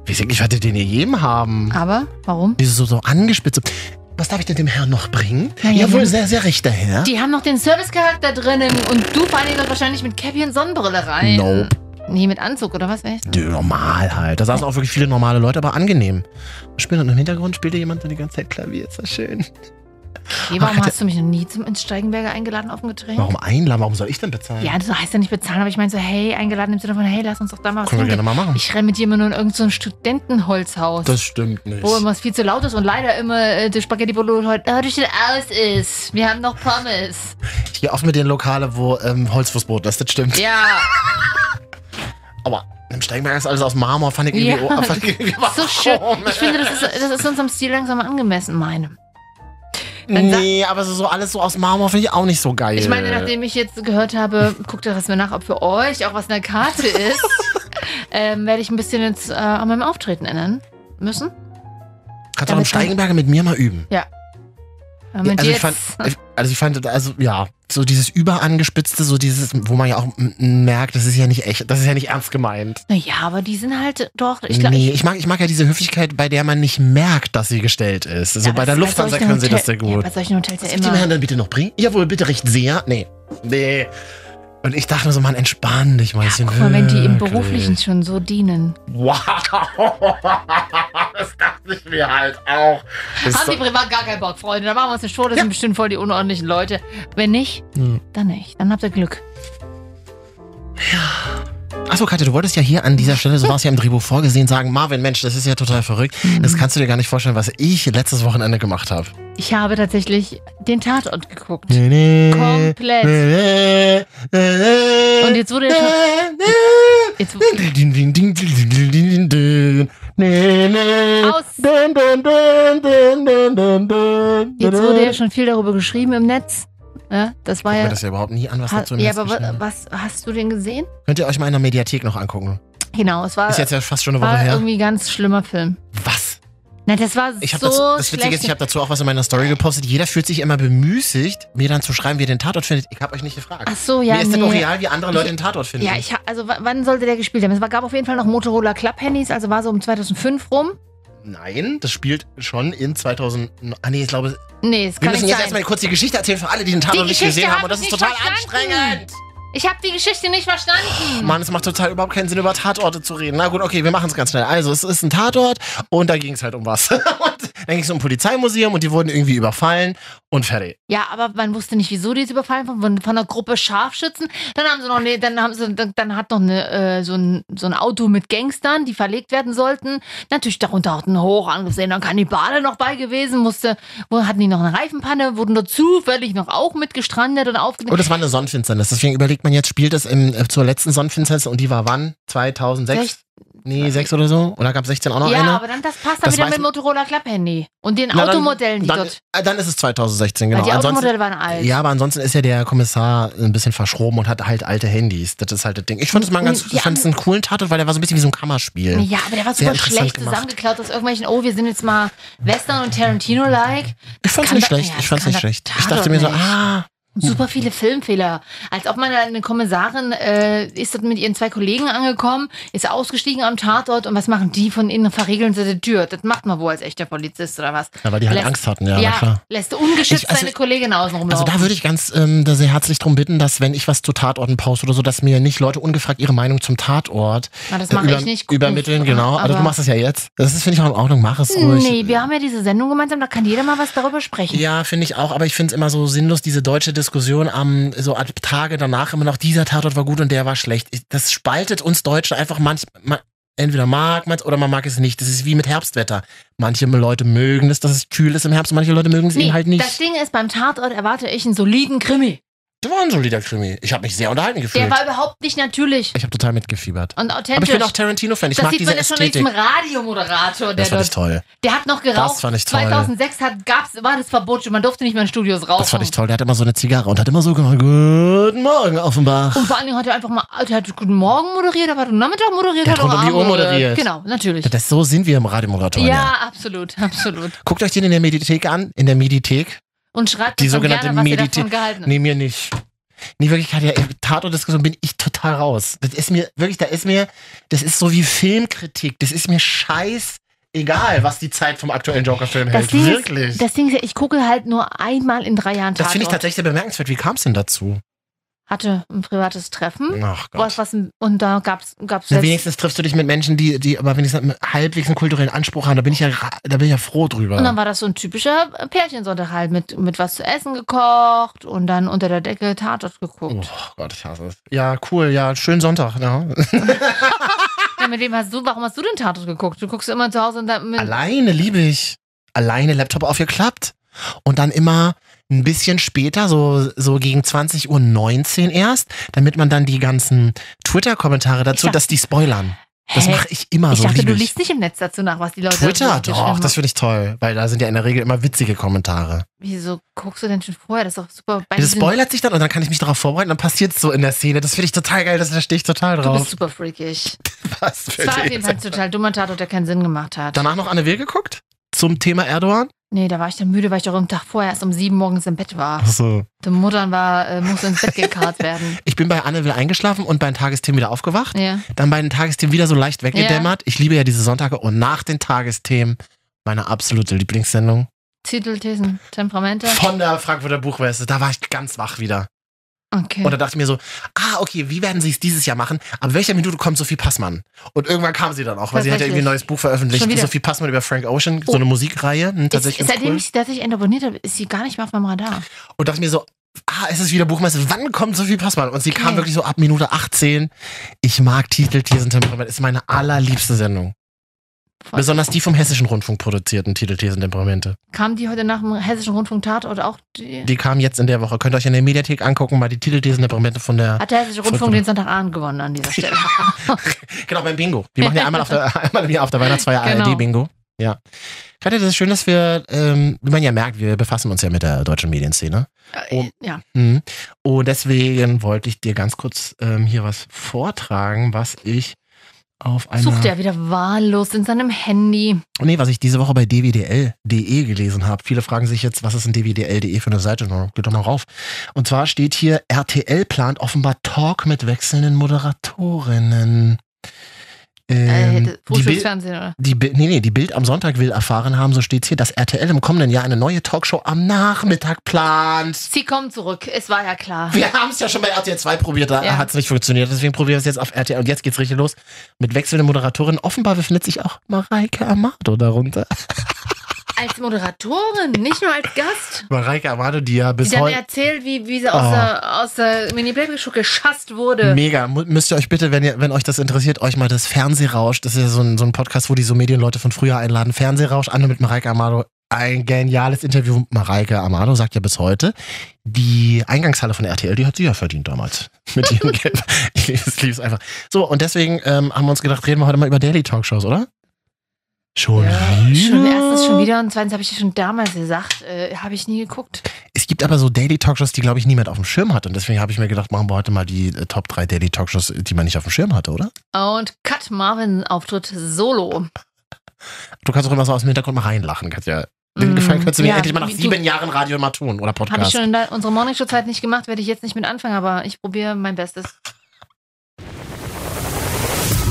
weiß ich nicht, was die denen gegeben haben.
Aber, warum?
Die so, so angespitzt. so, Was darf ich denn dem Herrn noch bringen?
Na ja,
Jawohl,
ja.
sehr, sehr rechter Herr.
Die haben noch den Servicecharakter drinnen und du fahren die doch wahrscheinlich mit Cappy und Sonnenbrille rein.
Nope.
Nee, mit Anzug oder was? Echt?
Nö, Normal halt. Da saßen auch wirklich viele normale Leute, aber angenehm. Spielen und im Hintergrund spielte jemand so die ganze Zeit Klavier. Ist das schön.
Nee,
Ach,
warum
hätte-
hast du mich noch nie zum ins Steigenberger eingeladen auf ein Getränk?
Warum einladen? Warum soll ich denn bezahlen?
Ja, das heißt ja nicht bezahlen, aber ich meine so, hey, eingeladen im Sinne von, hey, lass uns doch da mal was
Können wir gerne
trinken.
mal machen.
Ich renne mit dir immer nur in irgendein so ein Studentenholzhaus,
stimmt nicht.
wo immer es viel zu laut ist und leider immer äh, der Spaghetti Bolo heute oh, durch den Aus ist. Wir haben noch Pommes.
Ich gehe oft mit den Lokale, wo ähm, Holzfußboden ist. Das stimmt.
Ja,
Aber im Steigenberg ist alles aus Marmor. Fand ich irgendwie,
Ja.
oh, [laughs] fand ich irgendwie
so schön.
komisch.
Ich finde, das ist, das ist unserem Stil langsam angemessen, meinem. Dann sag-
Nee, aber so, so alles so aus Marmor finde ich auch nicht so geil.
Ich meine, nachdem ich jetzt gehört habe, guckt doch erstmal nach, ob für euch auch was in der
[laughs]
Karte ist, ähm, werde ich ein bisschen jetzt äh, an meinem Auftreten ändern müssen. Äh,
Kannst du auch im
damit-
Steigenberger mit mir mal üben.
Weil man
also,
dir
ich fand,
jetzt-
ich- also ich fand, also ja, so dieses überangespitzte, so dieses, wo man ja auch m- merkt, das ist ja nicht echt, das ist ja nicht ernst gemeint.
Naja, aber die sind halt doch. Ich glaube,
nee, ich mag, ich mag ja diese Höflichkeit, bei der man nicht merkt, dass sie gestellt ist. So bei der Lufthansa können sie das sehr
Ja,
gut.
bei solchen Hotels ja
Was wird dem Herrn
Äh, immer.
dann bitte noch bringen? Jawohl, bitte recht sehr. Nee. Nee. Und ich dachte mir so, Mann, entspann dich mal ein bisschen.
Guck mal, wenn die im
wirklich.
Beruflichen schon so dienen.
Wow! [laughs] Das dachte ich mir halt auch. Das
Haben
ist
die privat gar keinen Bock, Freunde. Da machen wir uns eine Show, das sind bestimmt voll die unordentlichen Leute. Wenn nicht,
Hm.
dann nicht. Dann habt ihr Glück.
Achso, Katja, du wolltest ja hier an dieser Stelle, so war es ja im Drehbuch vorgesehen, sagen, Marvin, Mensch, das ist ja total verrückt.
Mhm.
Das kannst du dir gar nicht vorstellen, was ich letztes Wochenende gemacht habe.
Ich habe tatsächlich den Tatort geguckt. Komplett.
Komplett.
Und
Und [laughs]
jetzt wurde ja Jetzt,
Din, din, din, din, din, din, din. Nee, nee.
Aus.
Din, din, din, din, din, din, din.
jetzt wurde ja schon viel darüber geschrieben im Netz. Ja, das war
Guck mir
ja.
das ja überhaupt nie an, was
ha,
dazu im
ja,
Netz
aber
geschrieben
wa-
wird.
was hast du denn gesehen?
Könnt ihr euch mal in der Mediathek noch angucken.
Genau, es war,
Ist jetzt ja fast schon eine Woche
war
her.
irgendwie ein ganz schlimmer Film.
Was?
Nein, das war
Ich hab
so
dazu, das Witzige
schlecht.
ist, ich habe dazu auch was in meiner Story gepostet. Jeder fühlt sich immer bemüßigt, mir dann zu schreiben, wie ihr den Tatort findet. Ich habe euch nicht gefragt.
Ach so, ja,
mir ist
nee.
das auch real, wie andere Leute
Ich-
den Tatort finden.
Ja, ich ha- also w- wann sollte der gespielt haben? Es war- gab auf jeden Fall noch Motorola Club Handys, also war so um 2005 rum.
Nein, das spielt schon in 2000. Ah nee, ich glaube,
Nee, es
wir
kann
müssen
nicht
jetzt
sein.
erstmal kurz die Geschichte erzählen für alle, die den Tatort nicht
Geschichte
gesehen
hab
haben. Und das
ich
ist
nicht
total
verstanden.
anstrengend.
Ich habe die Geschichte nicht verstanden.
Mhm. Mann, es macht total überhaupt keinen Sinn, über Tatorte zu reden. Na gut, okay, wir machen es ganz schnell. Also, es ist ein Tatort und da ging es halt um was. [laughs] und dann ging es um ein Polizeimuseum und die wurden irgendwie überfallen und fertig.
Ja, aber man wusste nicht, wieso die jetzt überfallen wurden von, von einer Gruppe Scharfschützen. Dann haben sie noch ne, dann haben sie, dann, dann hat noch eine, äh, so, ein, so ein Auto mit Gangstern, die verlegt werden sollten. Natürlich darunter auch ein hoch angesehener Kannibale noch bei gewesen, musste, wo hatten die noch eine Reifenpanne, wurden da zufällig noch auch mit gestrandet und
Und
aufgenommen.
es war eine Sonnenfinsternis. Deswegen überlegt man jetzt, spielt es im, äh, zur letzten Sonnenfinsternis und die war wann? 2006?
Sech-
Nee, 6 oder so? Oder gab 16 auch noch
Ja,
eine?
aber dann das passt dann
Das
wieder
weiß
mit
man-
Motorola Club Handy und den
Na, dann-
Automodellen, die
dann,
dort.
äh, Dann ist es 2016,
Weil
genau.
die
Ansonsten-
Automodelle waren alt.
Ja, aber ansonsten ist ja der Kommissar ein bisschen verschroben und hat halt alte Handys. Das ist halt das Ding. Ich fand es mal einen ganz,
Die
ich fand es einen coolen Tatort, weil der war so ein bisschen wie so ein Kammerspiel.
Ja, aber der war
Sehr
super
interessant
schlecht
gemacht.
zusammengeklaut aus irgendwelchen, oh, wir sind jetzt mal Western und Tarantino-like.
Ich fand's
Kann
nicht
da-
schlecht.
ja,
ich fand's
kann
nicht
da-
schlecht. Ich
Tatort
dachte mir so,
nicht.
ah,
Super viele Filmfehler. Als ob man eine Kommissarin äh, ist dort mit ihren zwei Kollegen angekommen, ist ausgestiegen am Tatort und was machen die von innen? Verriegeln sie die Tür. Das macht man wohl als echter Polizist oder was?
ja, weil die halt
Lässt-
Angst hatten, ja, na klar.
lässt ungeschützt
Ich- also-
seine Kollegin außen
Also
rumlaufen.
da würde ich ganz ähm, da sehr herzlich drum bitten, dass wenn ich was zu Tatorten poste oder so, dass mir nicht Leute ungefragt ihre Meinung zum Tatort
Na, das
äh,
mache
über,
ich nicht.
übermitteln. Genau.
Aber Hm,
Also du machst es ja jetzt. Das ist finde ich auch in Ordnung. Mach es ruhig.
Nee, wir haben ja diese Sendung gemeinsam, da kann jeder mal was darüber sprechen.
Ja, finde ich auch, aber ich finde es immer so sinnlos, diese deutsche Diskussion am so ab Tage danach immer noch, dieser Tatort war gut und der war schlecht. Ich, das spaltet uns Deutschen einfach manch, ma, entweder mag man es oder man mag es nicht. Das ist wie mit Herbstwetter. Manche Leute mögen es, dass es kühl ist im Herbst, und manche Leute mögen es
Nee,
eben halt
Das
nicht.
Ding ist, beim Tatort erwarte ich einen soliden Krimi.
Das war ein solider Krimi. Ich habe mich sehr unterhalten gefühlt.
Der war überhaupt nicht natürlich
ich habe total mitgefiebert.
und
Aber ich
authentisch.
bin auch Tarantino-Fan. Ich
das
mag
sieht
diese
man ja schon an
Ästhetik.
diesem Radiomoderator, der
Das fand ich
dort.
toll.
Der hat noch geraucht.
Das fand ich toll.
2006 hat, gab's, war das Verbot schon, man durfte nicht mehr in Studios rauchen.
Das fand ich toll. Der hat immer so eine Zigarre und hat immer so gemacht, Guten Morgen, Offenbach.
Und vor allen Dingen hat er einfach mal, der hat Guten Morgen moderiert, aber hat am Nachmittag moderiert,
Der
hat
hat rund um die
Abend
Uhr moderiert.
Genau, natürlich.
Das, so sind wir im Radiomoderator.
Ja, absolut, [laughs] absolut.
Guckt euch den in der Mediathek an. In der Mediathek.
Und schreibt
Die
uns dann
sogenannte
gerne, was ihr davon
Medita-
gehalten habt.
Nee, mir nicht. Nee, wirklich, Katja, im Tatort-Diskussion bin ich total raus. Das ist mir, wirklich, da ist mir, das ist so wie Filmkritik. Das ist mir scheißegal, was die Zeit vom aktuellen Joker-Film
Das
hält.
Ding,
Wirklich.
ist, das Ding ist ja, ich gucke halt nur einmal in drei Jahren
das finde ich
Tatort.
tatsächlich sehr bemerkenswert. Wie kam es denn dazu?
Hatte ein privates Treffen.
Ach Oh Gott.
Was, was, und da gab's, gab's
Na,
jetzt-
wenigstens triffst du dich mit Menschen, die, die aber wenigstens einen halbwegs kulturellen Anspruch haben. Da bin ich ja, ra- da bin ich ja froh drüber.
Und dann war das so ein typischer Pärchensonntag halt mit, mit was zu essen gekocht und dann unter der Decke Tatort
oh
geguckt.
Gott, ich hasse es. Ja, cool, ja, schönen Sonntag. ne? Ja.
Ja, mit dem hast du, warum hast du den Tatort geguckt? Du guckst immer zu Hause und dann mit,
Alleine liebe ich. Alleine Laptop aufgeklappt. Und dann immer ein bisschen später, so, so gegen 20.19 Uhr erst, damit man dann die ganzen Twitter-Kommentare dazu,
Ich dacht-
dass die spoilern. Das
Hä?
mache ich immer
Ich
so.
dachte,
lieb
du
ich.
liest nicht im Netz dazu nach, was die Leute
Twitter,
so geschrieben
doch, das
haben.
finde ich toll, weil da sind ja in der Regel immer witzige Kommentare.
Wieso guckst du denn schon vorher? Das ist doch super. Bei
Das
diesen-
spoilert sich dann und dann kann ich mich darauf vorbereiten, dann passiert so in der Szene. Das finde ich total geil, das da stehe ich total
Du bist
drauf.
super freakig.
Was [laughs] für
Es war auf
die-
jeden Fall ein total dummer Tatort, der keinen Sinn gemacht hat.
Danach noch Anne Will geguckt? zum Thema Erdogan?
Nee, da war ich dann müde, weil ich doch am Tag vorher erst um sieben morgens im Bett war.
Achso.
Die Muttern war, äh, musste ins Bett
[laughs]
gekarrt werden.
Ich bin bei Anne will eingeschlafen und bei den Tagesthemen wieder aufgewacht.
Ja.
Dann bei den Tagesthemen wieder so leicht weggedämmert. Ich liebe ja diese Sonntage und nach den Tagesthemen meine absolute Lieblingssendung
Titel, Thesen, Temperamente.
von der Frankfurter Buchmesse. Da war ich ganz wach wieder.
Okay.
Und da dachte ich mir so, ah, okay, wie werden sie es dieses Jahr machen? Ab welcher Minute kommt Sophie Passmann? Und irgendwann kam sie dann auch, weil sie hat ja
Tatsächlich.
irgendwie ein neues Buch veröffentlicht.
Schon wieder.
Sophie Passmann über Frank Ocean,
Oh.
so eine Musikreihe. hm, Tatsächlich
ist,
ganz
seitdem
cool.
ich, dass ich abonniert habe, ist sie gar nicht mehr auf meinem Radar.
Und dachte mir so, ah, es ist wieder Buchmesse, wann kommt Sophie Passmann? Und sie
Okay.
kam wirklich so ab Minute 18. Ich mag Titel, Thesen, Temperament. Ist meine allerliebste Sendung.
Voll.
Besonders die vom Hessischen Rundfunk produzierten Titel, Thesen, Temperamente.
Kam die heute nach dem Hessischen Rundfunk Tatort auch? Die,
Die kamen jetzt in der Woche. Könnt ihr euch in der Mediathek angucken, mal die Titel, Thesen, Temperamente von der...
hat der Hessische Rundfunk
Verrückt.
den Sonntagabend gewonnen an dieser Stelle.
Genau, beim Bingo. Wir machen ja einmal, auf der,
[laughs]
einmal im Jahr auf der Weihnachtsfeier
Genau.
ARD-Bingo. Ja. Katja, das ist schön, dass wir, ähm, wie man ja merkt, wir befassen uns ja mit der deutschen Medienszene.
Äh, ja.
Mhm. Und deswegen wollte ich dir ganz kurz ähm, hier was vortragen, was ich auf einer.
Sucht er wieder wahllos in seinem Handy.
Nee, was ich diese Woche bei dwdl.de E gelesen habe. Viele fragen sich jetzt, was ist denn dwdl.de E für eine Seite? Na, Geht doch mal rauf. Und zwar steht hier, RTL plant offenbar Talk mit wechselnden Moderatorinnen. Ähm,
äh,
die Bild-
Frühstücksfernsehen, oder?
Die, Bi- nee, nee, die Bild am Sonntag will erfahren haben, so steht's hier, dass RTL im kommenden Jahr eine neue Talkshow am Nachmittag plant.
Sie kommt zurück, es war ja klar.
Wir haben es ja schon bei RTL 2 probiert, da
Ja.
hat's nicht funktioniert, deswegen probieren wir es jetzt auf RTL. Und jetzt geht's richtig los mit wechselnden Moderatorin. Offenbar befindet sich auch Mareike Amado darunter.
Als Moderatorin, nicht nur als Gast.
Mareike Amado, die ja
Die
bis
dann
heute...
erzählt, wie, wie sie aus
Oh.
der, aus der Mini-Playbook-Show geschasst wurde.
Mega, Mu- müsst ihr euch bitte, wenn, ihr, wenn euch das interessiert, euch mal das Fernsehrausch, das ist ja so ein, so ein Podcast, wo die so Medienleute von früher einladen, Fernsehrausch, Anne mit Mareike Amado, ein geniales Interview. Mareike Amado sagt ja bis heute, die Eingangshalle von RTL, die hat sie ja verdient damals. Mit
[laughs]
ihrem Geld. [laughs] Ich liebe es- liebe es einfach. So, und deswegen ähm, haben wir uns gedacht, reden wir heute mal über Daily Talkshows, oder? Schon
Ja,
wieder?
schon erstens schon wieder und zweitens habe ich dir schon damals gesagt, äh, habe ich nie geguckt.
Es gibt aber so Daily Talkshows, die, glaube ich, niemand auf dem Schirm hat. Und deswegen habe ich mir gedacht, machen wir heute mal die äh, Top 3 Daily Talkshows, die man nicht auf dem Schirm hatte, oder?
Und Cut Marvin Auftritt solo.
Du kannst auch immer so aus dem Hintergrund mal reinlachen, Katja. Den
Mm,
Gefallen könntest du mir
ja,
endlich mal nach
du-
sieben Jahren Radio mal tun oder
Habe ich
Podcast.
schon in der, unserer Morningshow-Zeit nicht gemacht, werde ich jetzt nicht mit anfangen, aber ich probiere mein Bestes.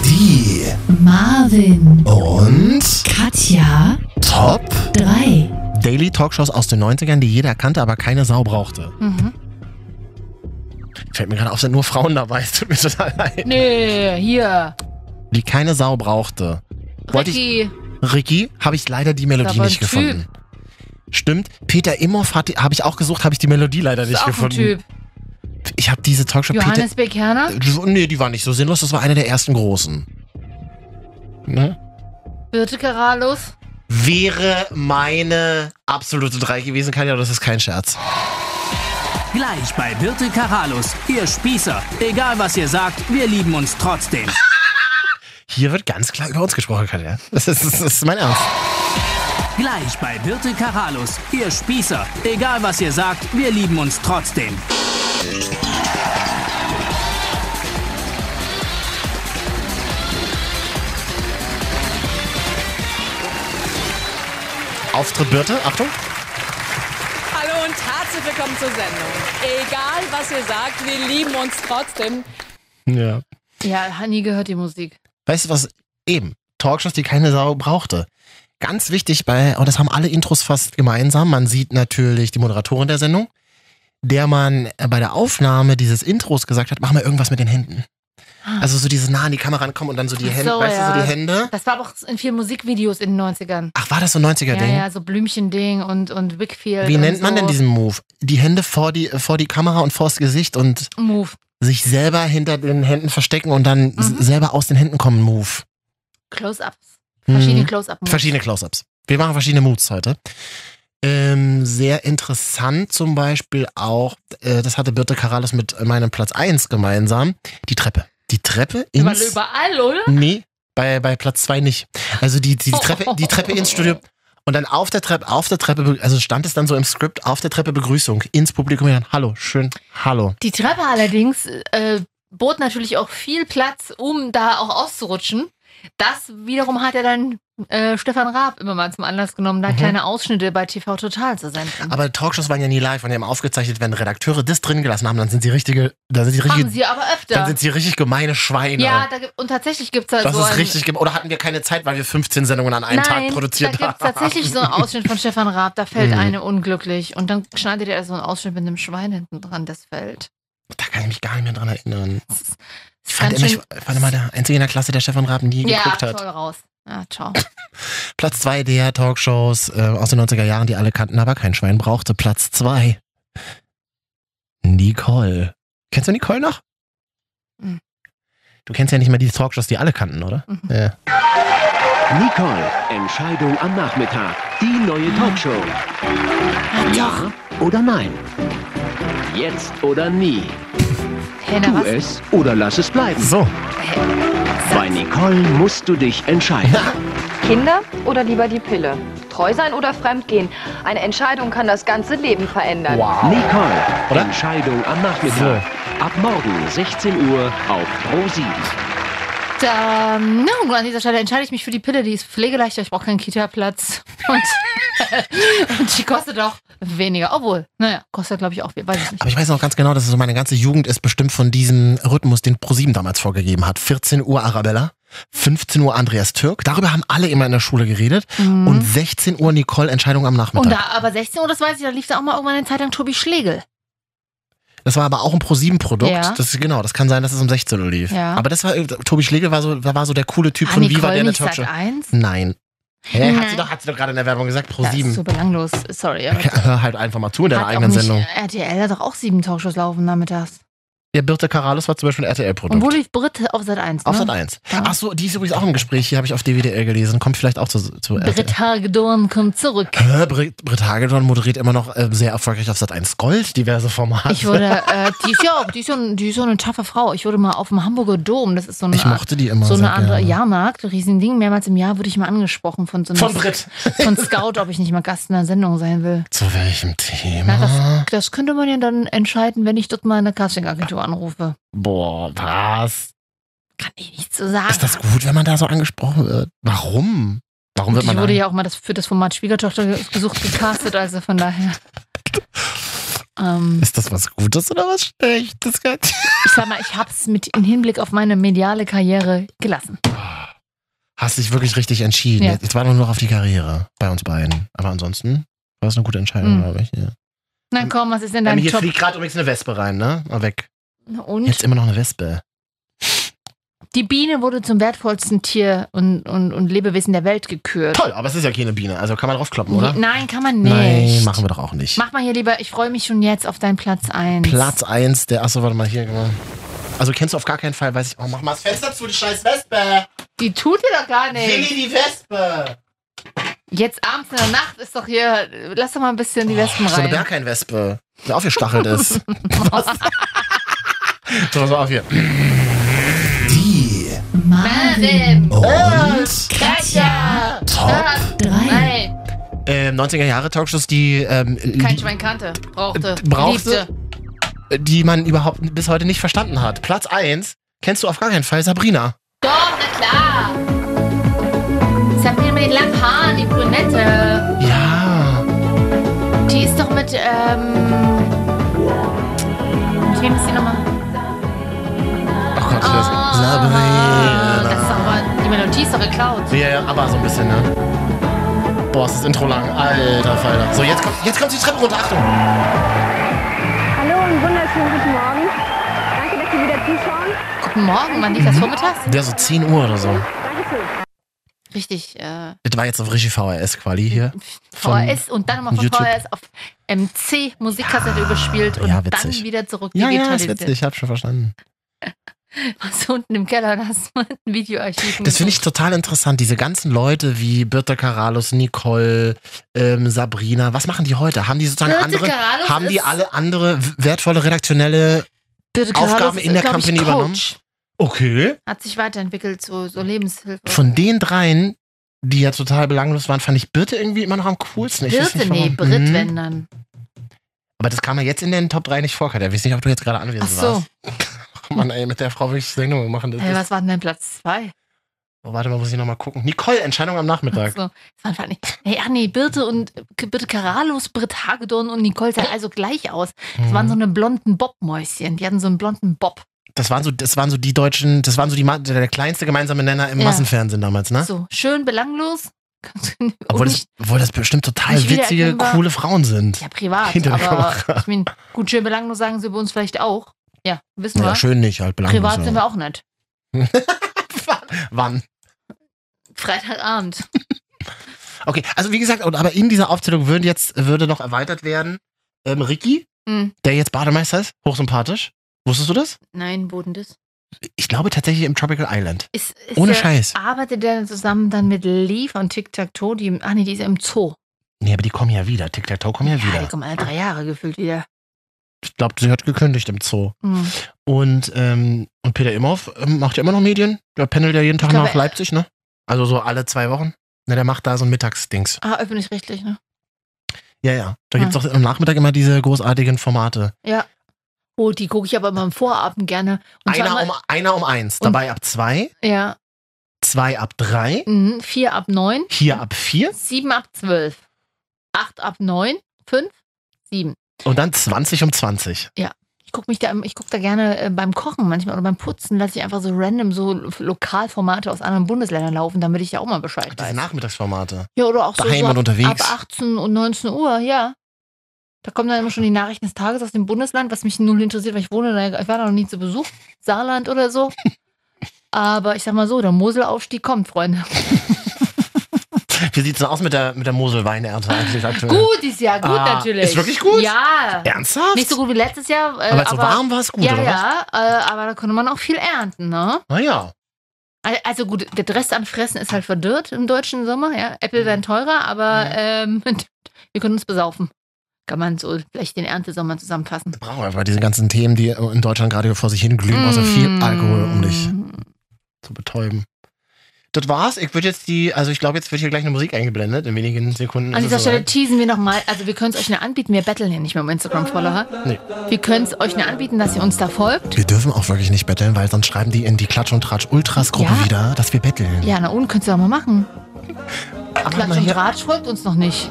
Die
Marvin,
und
Katja,
Top
3.
Daily Talkshows aus den 90ern, die jeder kannte, aber keine Sau brauchte.
Mhm.
Fällt mir gerade auf, sind nur Frauen dabei. [laughs] Es tut mir total leid.
Nee, hier.
Die keine Sau brauchte. Wollte ich,
Ricky.
Ricky, habe ich leider die
Da
Melodie
war ein
nicht
Typ.
gefunden. Stimmt. Peter Imhoff hat- habe ich auch gesucht, habe ich die Melodie leider
ist
nicht
auch
gefunden.
ein Typ.
Ich habe diese Talkshow Peter
Johannes Bekerner.
Nee, Äh, die war nicht so sinnlos. Das war eine der ersten großen. Ne?
Birte Karalus.
Wäre meine absolute 3 gewesen, Katja, das ist kein Scherz.
Gleich bei Birte Karalus, ihr Spießer. Egal was ihr sagt, wir lieben uns trotzdem.
Hier wird ganz klar über uns gesprochen, Katja. Das ist, das ist mein Ernst.
Gleich bei Birte Karalus, ihr Spießer. Egal was ihr sagt, wir lieben uns trotzdem.
Auftritt Birte, Achtung.
Hallo und herzlich willkommen zur Sendung. Egal, was ihr sagt, wir lieben uns trotzdem.
Ja.
Ja, hat nie gehört die Musik.
Weißt du was? Eben. Talkshows, die keine Sau brauchte. Ganz wichtig bei, und das haben alle Intros fast gemeinsam, man sieht natürlich die Moderatorin der Sendung, der man äh, bei der Aufnahme dieses Intros gesagt hat, mach mal irgendwas mit den Händen. Also so dieses nah an die Kamera rankommen und dann so die
Ah. Ach
Hände,
so,
weißt du,
ja.
so die Hände.
Das war aber auch in vielen Musikvideos in den 90ern.
Ach, war das so ein 90er-Ding?
Ja, ja, so Blümchen-Ding und, und Wickfield.
Wie
und
nennt man
so.
denn diesen Move? Die Hände vor die, äh, vor die Kamera und vors Gesicht und
Move?
sich selber hinter den Händen verstecken und
Mhm.
dann s- selber aus den Händen kommen Move.
Close-Ups. Verschiedene
Hm.
Close-Up-Moves.
Verschiedene Close-Ups. Wir machen verschiedene Moods heute. Ähm, sehr interessant zum Beispiel auch, äh, das hatte Birte Karalus mit meinem Platz 1 gemeinsam, die Treppe. Die Treppe
Überall,
ins...
überall, oder?
Nee, bei, bei Platz 2 nicht. Also die,
Oh.
die, Treppe, die Treppe ins Studio. Und dann auf der Treppe, auf der Treppe, be- also stand es dann so im Skript, auf der Treppe Begrüßung ins Publikum hinein. Hallo, schön, hallo.
Die Treppe allerdings äh, bot natürlich auch viel Platz, um da auch auszurutschen. Das wiederum hat ja dann äh, Stefan Raab immer mal zum Anlass genommen, da kleine Ausschnitte bei TV Total zu senden.
Mhm. Aber Talkshows waren ja nie live, waren ja immer aufgezeichnet, wenn Redakteure das drin gelassen haben, dann sind sie richtige, dann sind sie
Machen
richtig,
sie aber
dann
öfter.
sind sie richtig gemeine Schweine.
Ja, da gibt, und tatsächlich gibt es da
das
so
ist
Also ein-
richtig, gem- oder hatten wir keine Zeit, weil wir 15 Sendungen an einem
Nein,
Tag produziert
da
haben.
gibt's tatsächlich so einen Ausschnitt von Stefan Raab, da
Mhm.
fällt eine unglücklich und dann schneidet er so einen Ausschnitt mit einem Schwein hinten dran, das fällt.
Da kann ich mich gar nicht mehr dran erinnern.
Das ist,
Ich fand immer, ich war immer der Einzige in der Klasse, der Stefan Raab nie
ja,
geguckt hat.
toll raus. Ja,
[laughs]
ciao.
Platz zwei der Talkshows äh, aus den 90er Jahren, die alle kannten, aber kein Schwein brauchte. Platz zwei Nicole. Kennst du Nicole noch?
Mhm.
Du kennst ja nicht mehr die Talkshows, die alle kannten, oder?
Mhm.
Ja.
Nicole, Entscheidung am Nachmittag. Die neue Talkshow.
Ah,
Ja oder nein? Jetzt oder nie?
Hey, na,
Tu
was?
es oder lass es bleiben.
So,
Bei Nicole musst du dich
[laughs]
entscheiden.
Kinder oder lieber die Pille? Treu sein oder fremdgehen? Eine Entscheidung kann das ganze Leben verändern.
Nicole,
Oder?
Entscheidung am Nachmittag. Ab morgen 16 Uhr auf Pro7.
Da, Ähm, na gut, an dieser Stelle entscheide ich mich für die Pille, die ist pflegeleichter, ich brauche keinen Kita-Platz. [laughs] Und, und die kostet auch weniger. Obwohl, naja, kostet glaube ich auch, weiß ich nicht.
aber ich weiß noch ganz genau, dass so meine ganze Jugend ist bestimmt von diesem Rhythmus, den ProSieben damals vorgegeben hat. 14 Uhr Arabella, 15 Uhr Andreas Türk. Darüber haben alle immer in der Schule geredet.
Mhm.
Und 16 Uhr Nicole Entscheidung am Nachmittag.
Und da, aber 16 Uhr, das weiß ich, da lief da auch mal irgendwann eine Zeit lang Tobi Schlegel.
Das war aber auch ein ProSieben-Produkt.
Ja.
Das, genau, das kann sein, dass es um 16 Uhr lief.
Ja.
Aber das war, äh, Tobi Schlegel war so, da war so der coole Typ
Ah,
von Viva,
Nicole
der in der
nicht Sat
Talkshow.
1?
Nein. Hä, hat
Nein.
sie doch, hat sie doch gerade in der Werbung gesagt,
Das ist so
ProSieben.
belanglos, sorry. Aber
[laughs] Hör halt einfach mal zu in deiner
Hat auch
eigenen
nicht-
Sendung.
RTL hat doch auch sieben Talkshows laufen nachmittags.
Ja, Birte Karalus war zum Beispiel ein
Und wo
RTL-Produkt.
lief Britt auf Sat 1?
Auf
ne?
Sat 1.
Ja.
Ach so, die ist übrigens auch im Gespräch. Hier habe ich auf DWDL gelesen. Kommt vielleicht auch zu, zu RTL.
Britt Hagedorn kommt zurück.
Hä, Brit, Brit Hagedorn moderiert immer noch äh, sehr erfolgreich auf Sat 1 Gold diverse Formate.
Ich würde, äh, die ist ja auch, die ist so, ein- die ist so eine taffe Frau. Ich würde mal auf dem Hamburger Dom, das ist so
[laughs]
eine,
Ich mochte die immer
so
sehr
eine andere
gerne.
Jahrmarkt, riesen Ding, mehrmals im Jahr würde ich mal angesprochen von so einer
Von Brit.
[laughs] von Scout, ob ich nicht mal Gast in der Sendung sein will.
Zu welchem
Na,
Thema?
das, das könnte man ja dann entscheiden, wenn ich dort mal eine Casting-Agentur anrufe.
Boah, was?
Kann ich nicht so sagen.
Ist das gut, wenn man da so angesprochen wird? Warum? Warum wird
ich
man
wurde
da?
ja auch mal das, für das Format Schwiegertochter ge- gesucht gecastet, also von daher. Ähm,
ist das was Gutes oder was Schlechtes? [laughs]
ich sag mal, ich hab's mit im Hinblick auf meine mediale Karriere gelassen.
Hast dich wirklich richtig entschieden.
Ja.
Jetzt, jetzt war nur noch auf die Karriere bei uns beiden. Aber ansonsten war es eine gute Entscheidung,
Mhm.
glaube ich. Ja. Ähm,
Na komm, was ist denn dein Top?
gerade übrigens eine Wespe rein, ne? Mal weg.
Na Und
Jetzt immer noch eine Wespe.
die Biene wurde zum wertvollsten Tier und, und, und Lebewesen der Welt gekürt.
Toll, aber es ist ja keine Biene. Also kann man draufkloppen, oder?
Nee, Nein, kann man nicht.
Nein, machen wir doch auch nicht.
Mach mal hier lieber, ich freue mich schon jetzt auf deinen Platz 1.
Platz 1 der. Achso, warte mal, hier. guck mal. Also kennst du auf gar keinen Fall, weiß ich. Oh, mach mal das Fenster zu, die scheiß Wespe.
Die tut dir doch gar nichts.
die Wespe.
Jetzt abends in der Nacht ist doch hier, lass doch mal ein bisschen die Wespen
So eine
rein.
Bergheinwespe, die aufgestachelt
[laughs]
ist. Was? so, pass auf hier.
Marvin,
Und?
Katja!
Top.
3,
Nein,
Ähm, 90er Jahre Talkshows, die, ähm,
kein Schwein kannte. Brauchte.
Äh, Brauchte.
Liebte.
die man überhaupt bis heute nicht verstanden hat. Platz 1 kennst du auf gar keinen Fall Sabrina.
Doch, na klar. Sabrina mit den langen Haaren, die Brünette.
Ja.
Die ist doch mit, ähm. Mit wem ist die nochmal?
Oh Gott, das
Ah,
Äh,
Das ist
Sabrina.
doch aber, die Melodie ist doch geklaut.
Ja, ja, aber so ein bisschen, ne? Boah, ist das Intro lang. Alter Falter. So, jetzt kommt, jetzt kommt die Treppe runter. Achtung.
Hallo und wunderschönen guten Morgen. Danke, dass Sie wieder zuschauen.
Guten Morgen, wann liegt
Mhm.
das vormittags?
Ja, so 10 Uhr oder so.
Richtig, äh.
Das war jetzt auf richtig VHS-Quali hier. Von-
VHS und dann nochmal von
YouTube. Ah,
VHS auf MC Musikkassette überspielt und
ja,
dann
witzig.
wieder zurück
Ja, ja, ist
digitalisiert.
witzig, ich hab schon verstanden.
Was du unten im Keller da hast, ein Videoarchiv.
Das finde ich total interessant, diese ganzen Leute wie Birte Karalus, Nicole, ähm, Sabrina, was machen die heute? Haben die sozusagen
Birte
andere,
Karalus
haben die
ist-
alle andere w- wertvolle redaktionelle,
Birte
Aufgaben
Karalus ist,
in der
glaub
Company
ich,
übernommen?
Coach.
okay,
Hat sich weiterentwickelt zu so Lebenshilfe.
von den dreien, die ja total belanglos waren, fand ich Birte irgendwie immer noch am coolsten. Ich weiß
Birte,
nicht,
nee,
warum.
Brit,
Mhm.
wenn dann.
Aber das kam ja jetzt in den Top 3 nicht vor, Katja. Ich weiß nicht, ob du jetzt gerade anwesend
Ach so.
warst. Oh Mann, ey, mit der Frau will ich Sendungen machen. Das
Hey,
ist-
was war denn dein Platz 2?
Oh, warte mal, muss ich nochmal gucken. Nicole, Entscheidung am Nachmittag.
So, das war einfach nicht. Hey, ach nee, Birte und Birte Karalus, Britt Hagedorn und Nicole sahen also gleich aus. Das
Mhm.
waren so eine blonden Bobmäuschen. Die hatten so einen blonden Bob.
Das waren so, das waren so die deutschen, das waren so die Ma- der, der kleinste gemeinsame Nenner im
Ja.
Massenfernsehen damals, ne?
So, schön belanglos. [laughs]
obwohl, das, obwohl das bestimmt total
nicht
witzige,
wiedererkennbar.
coole Frauen sind.
Ja, privat.
Hinter der
aber
Kamera.
ich meine, gut, schön belanglos sagen sie über uns vielleicht auch. Ja, wissen
Naja,
wir.
schön nicht, halt belanglos,
Privat
ja. [laughs]
sind wir auch nicht.
Wann?
Freitagabend.
Okay, also wie gesagt, und- aber in dieser Aufzählung würde jetzt würde noch erweitert werden, ähm, Ricky,
Hm.
der jetzt Bademeister ist, hochsympathisch. Wusstest du das?
Nein, Bodendes.
Ich glaube tatsächlich im Tropical Island.
Ist, ist
Ohne
der,
Scheiß.
Arbeitet der zusammen dann mit Leaf und Tic Tac Toe? Die, ach nee, die ist ja im Zoo.
Nee, aber die kommen ja wieder. Tic-Tac-Toe kommen ja,
Die
wieder.
kommen alle drei Jahre gefühlt wieder.
Ich glaube, sie hat gekündigt im Zoo.
Hm.
Und, ähm, und Peter Imhoff ähm, macht ja immer noch Medien. Der pendelt ja jeden Tag
glaube,
nach Leipzig, ne? Also so alle zwei Wochen. Ne, der macht da so ein Mittagsdings.
Ah, öffentlich-rechtlich, ne?
Ja, ja. Da
Ah.
gibt's doch am Nachmittag immer diese großartigen Formate.
Ja. Oh, die gucke ich aber immer am Vorabend gerne. Und zwar
Einer um,
immer-
einer um eins,
Und-
dabei ab zwei,
Ja.
zwei ab drei,
Mhm, vier ab neun,
hier ab vier
sieben ab zwölf, acht ab neun, fünf, sieben.
und dann 20 um 20.
Ich gucke mich da, ich guck da gerne äh, beim Kochen manchmal oder beim Putzen, lasse ich einfach so random so Lo- Lokalformate aus anderen Bundesländern laufen, damit ich ja auch mal Bescheid
Diese
weiß.
Nachmittagsformate.
Ja, oder auch so,
Daheim
so
und
ab,
unterwegs.
ab 18 und 19 Uhr, ja. Da kommen dann immer schon die Nachrichten des Tages aus dem Bundesland, was mich null interessiert, weil ich wohne da, ich war da noch nie zu Besuch, Saarland oder so. Aber ich sag mal so, der Moselaufstieg kommt, Freunde.
Wie sieht's denn aus mit der, mit der Moselweinernte eigentlich aktuell?
Gut dieses Jahr, gut
Ah,
natürlich.
ist wirklich gut?
Ja.
Ernsthaft?
Nicht so gut wie letztes Jahr. Äh,
Aber weil's so warm war, ist gut,
ja,
oder was?
Ja, äh, aber da konnte man auch viel ernten, ne?
Naja.
Al- Also gut, der Rest an Fressen ist halt verdirrt im deutschen Sommer, ja.
Mhm.
Äpfel werden teurer, aber ähm, [laughs] wir können uns besaufen. Kann man so vielleicht den Erntesommer zusammenfassen.
Brauchen wir einfach diese ganzen Themen, die in Deutschland gerade vor sich hin glühen, außer
Mm.
viel Alkohol, um dich zu betäuben. Das war's. Ich würde jetzt die, also ich glaube, jetzt wird hier gleich eine Musik eingeblendet. In wenigen Sekunden.
An
ist
dieser
es
Stelle
soweit.
teasen wir nochmal, also wir können es euch nur anbieten, wir betteln hier nicht mehr um Instagram-Follower.
Nee.
Wir können es euch nur anbieten, dass ihr uns da folgt.
Wir dürfen auch wirklich nicht betteln, weil sonst schreiben die in die Klatsch- und Tratsch-Ultras-Gruppe
Ja.
wieder, dass wir betteln.
Ja, na und könnt ihr doch mal machen.
Aber
Klatsch
mal
und
hier-
Ratsch folgt uns noch nicht.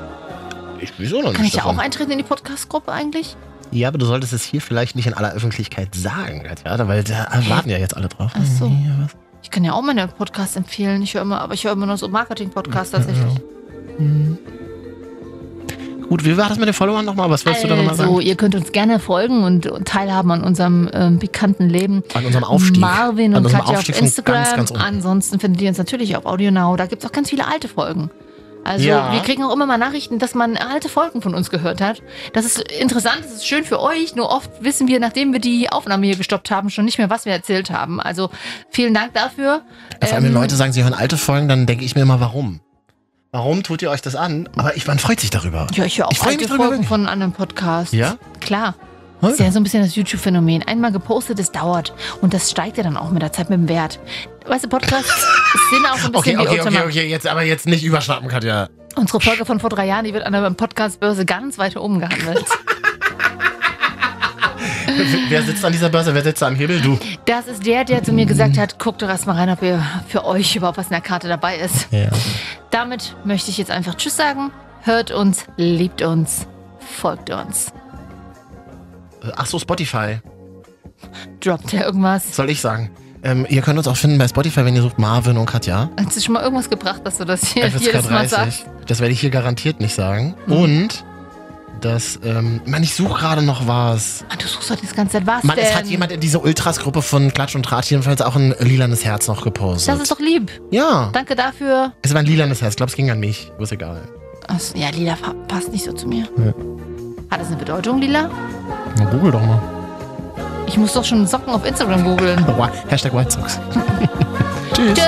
Ich wieso noch
Kann ich
nicht
ja auch
davon?
eintreten in die Podcast-Gruppe eigentlich?
Ja, aber du solltest es hier vielleicht nicht in aller Öffentlichkeit sagen, Katja, weil da warten ja jetzt alle drauf.
Ach so.
Ja, was?
Ich kann ja auch meine Podcasts empfehlen. Ich höre immer, aber ich höre immer nur so Marketing-Podcasts tatsächlich.
Gut, wie war das mit den Followern nochmal? Was willst du da nochmal
Also,
sagen?
ihr könnt uns gerne folgen und, und teilhaben an unserem ähm, bekannten Leben.
An unserem Aufstieg.
Marvin
An
und
unserem
Katja
Aufstieg
auf
von
Instagram.
ganz, ganz unten.
Ansonsten findet ihr uns natürlich auf AudioNow. Da gibt es auch ganz viele alte Folgen. Also
Ja.
wir kriegen auch immer mal Nachrichten, dass man alte Folgen von uns gehört hat. Das ist interessant, das ist schön für euch. Nur oft wissen wir, nachdem wir die Aufnahme hier gestoppt haben, schon nicht mehr, was wir erzählt haben. Also vielen Dank dafür.
Ja, Vor allem, wenn
Ähm,
Leute sagen, sie hören alte Folgen, dann denke ich mir immer, warum? Warum tut ihr euch das an? Aber ich, man freut sich darüber.
Ja, ich höre auch
freue
alte
mich drüber.
Folgen
wirklich.
von anderen Podcasts.
Ja?
Klar.
Hm?
Ist ja so ein bisschen das YouTube-Phänomen. Einmal gepostet, es dauert. Und das steigt ja dann auch mit der Zeit mit dem Wert. Weißt du,
[laughs]
Podcasts sind auch so ein
Okay,
bisschen wie
okay, okay,
Automat.
okay, jetzt aber jetzt nicht überschnappen, Katja.
Unsere Folge von vor drei Jahren, die wird an der Podcast-Börse ganz weit oben gehandelt.
Wer sitzt an dieser Börse? Wer sitzt da am Hebel? Du.
Das ist der, der zu mir gesagt hat, guckt doch erst mal rein, ob ihr für euch überhaupt was in der Karte dabei ist.
Ja.
Damit möchte ich jetzt einfach Tschüss sagen. Hört uns, liebt uns, folgt uns.
Ach so, Spotify.
Droppt ihr irgendwas?
Soll ich sagen? Ähm, ihr könnt uns auch finden bei Spotify, wenn ihr sucht Marvin und Katja.
Hat es schon mal irgendwas gebracht, dass du das hier jedes Mal sagst?
FSK30. Das werde ich hier garantiert nicht sagen. Und das, ähm, Mann, ich suche gerade noch was.
Mann, Ah, du suchst doch das ganze Zeit was
Mann,
denn?
es hat jemand in dieser Ultras-Gruppe von Klatsch und Tratsch jedenfalls auch ein lilanes Herz noch gepostet.
Das ist doch lieb.
ja,
Danke dafür.
es war ein lilanes Herz. Ich glaube, es ging an mich. Aber Ist egal.
Ach, so, ja, lila fa- passt nicht so zu mir.
Nee.
Hat das eine Bedeutung, lila?
Na, google doch mal.
Ich muss doch schon Socken auf Instagram googeln.
Hashtag White Socks.
Tschüss.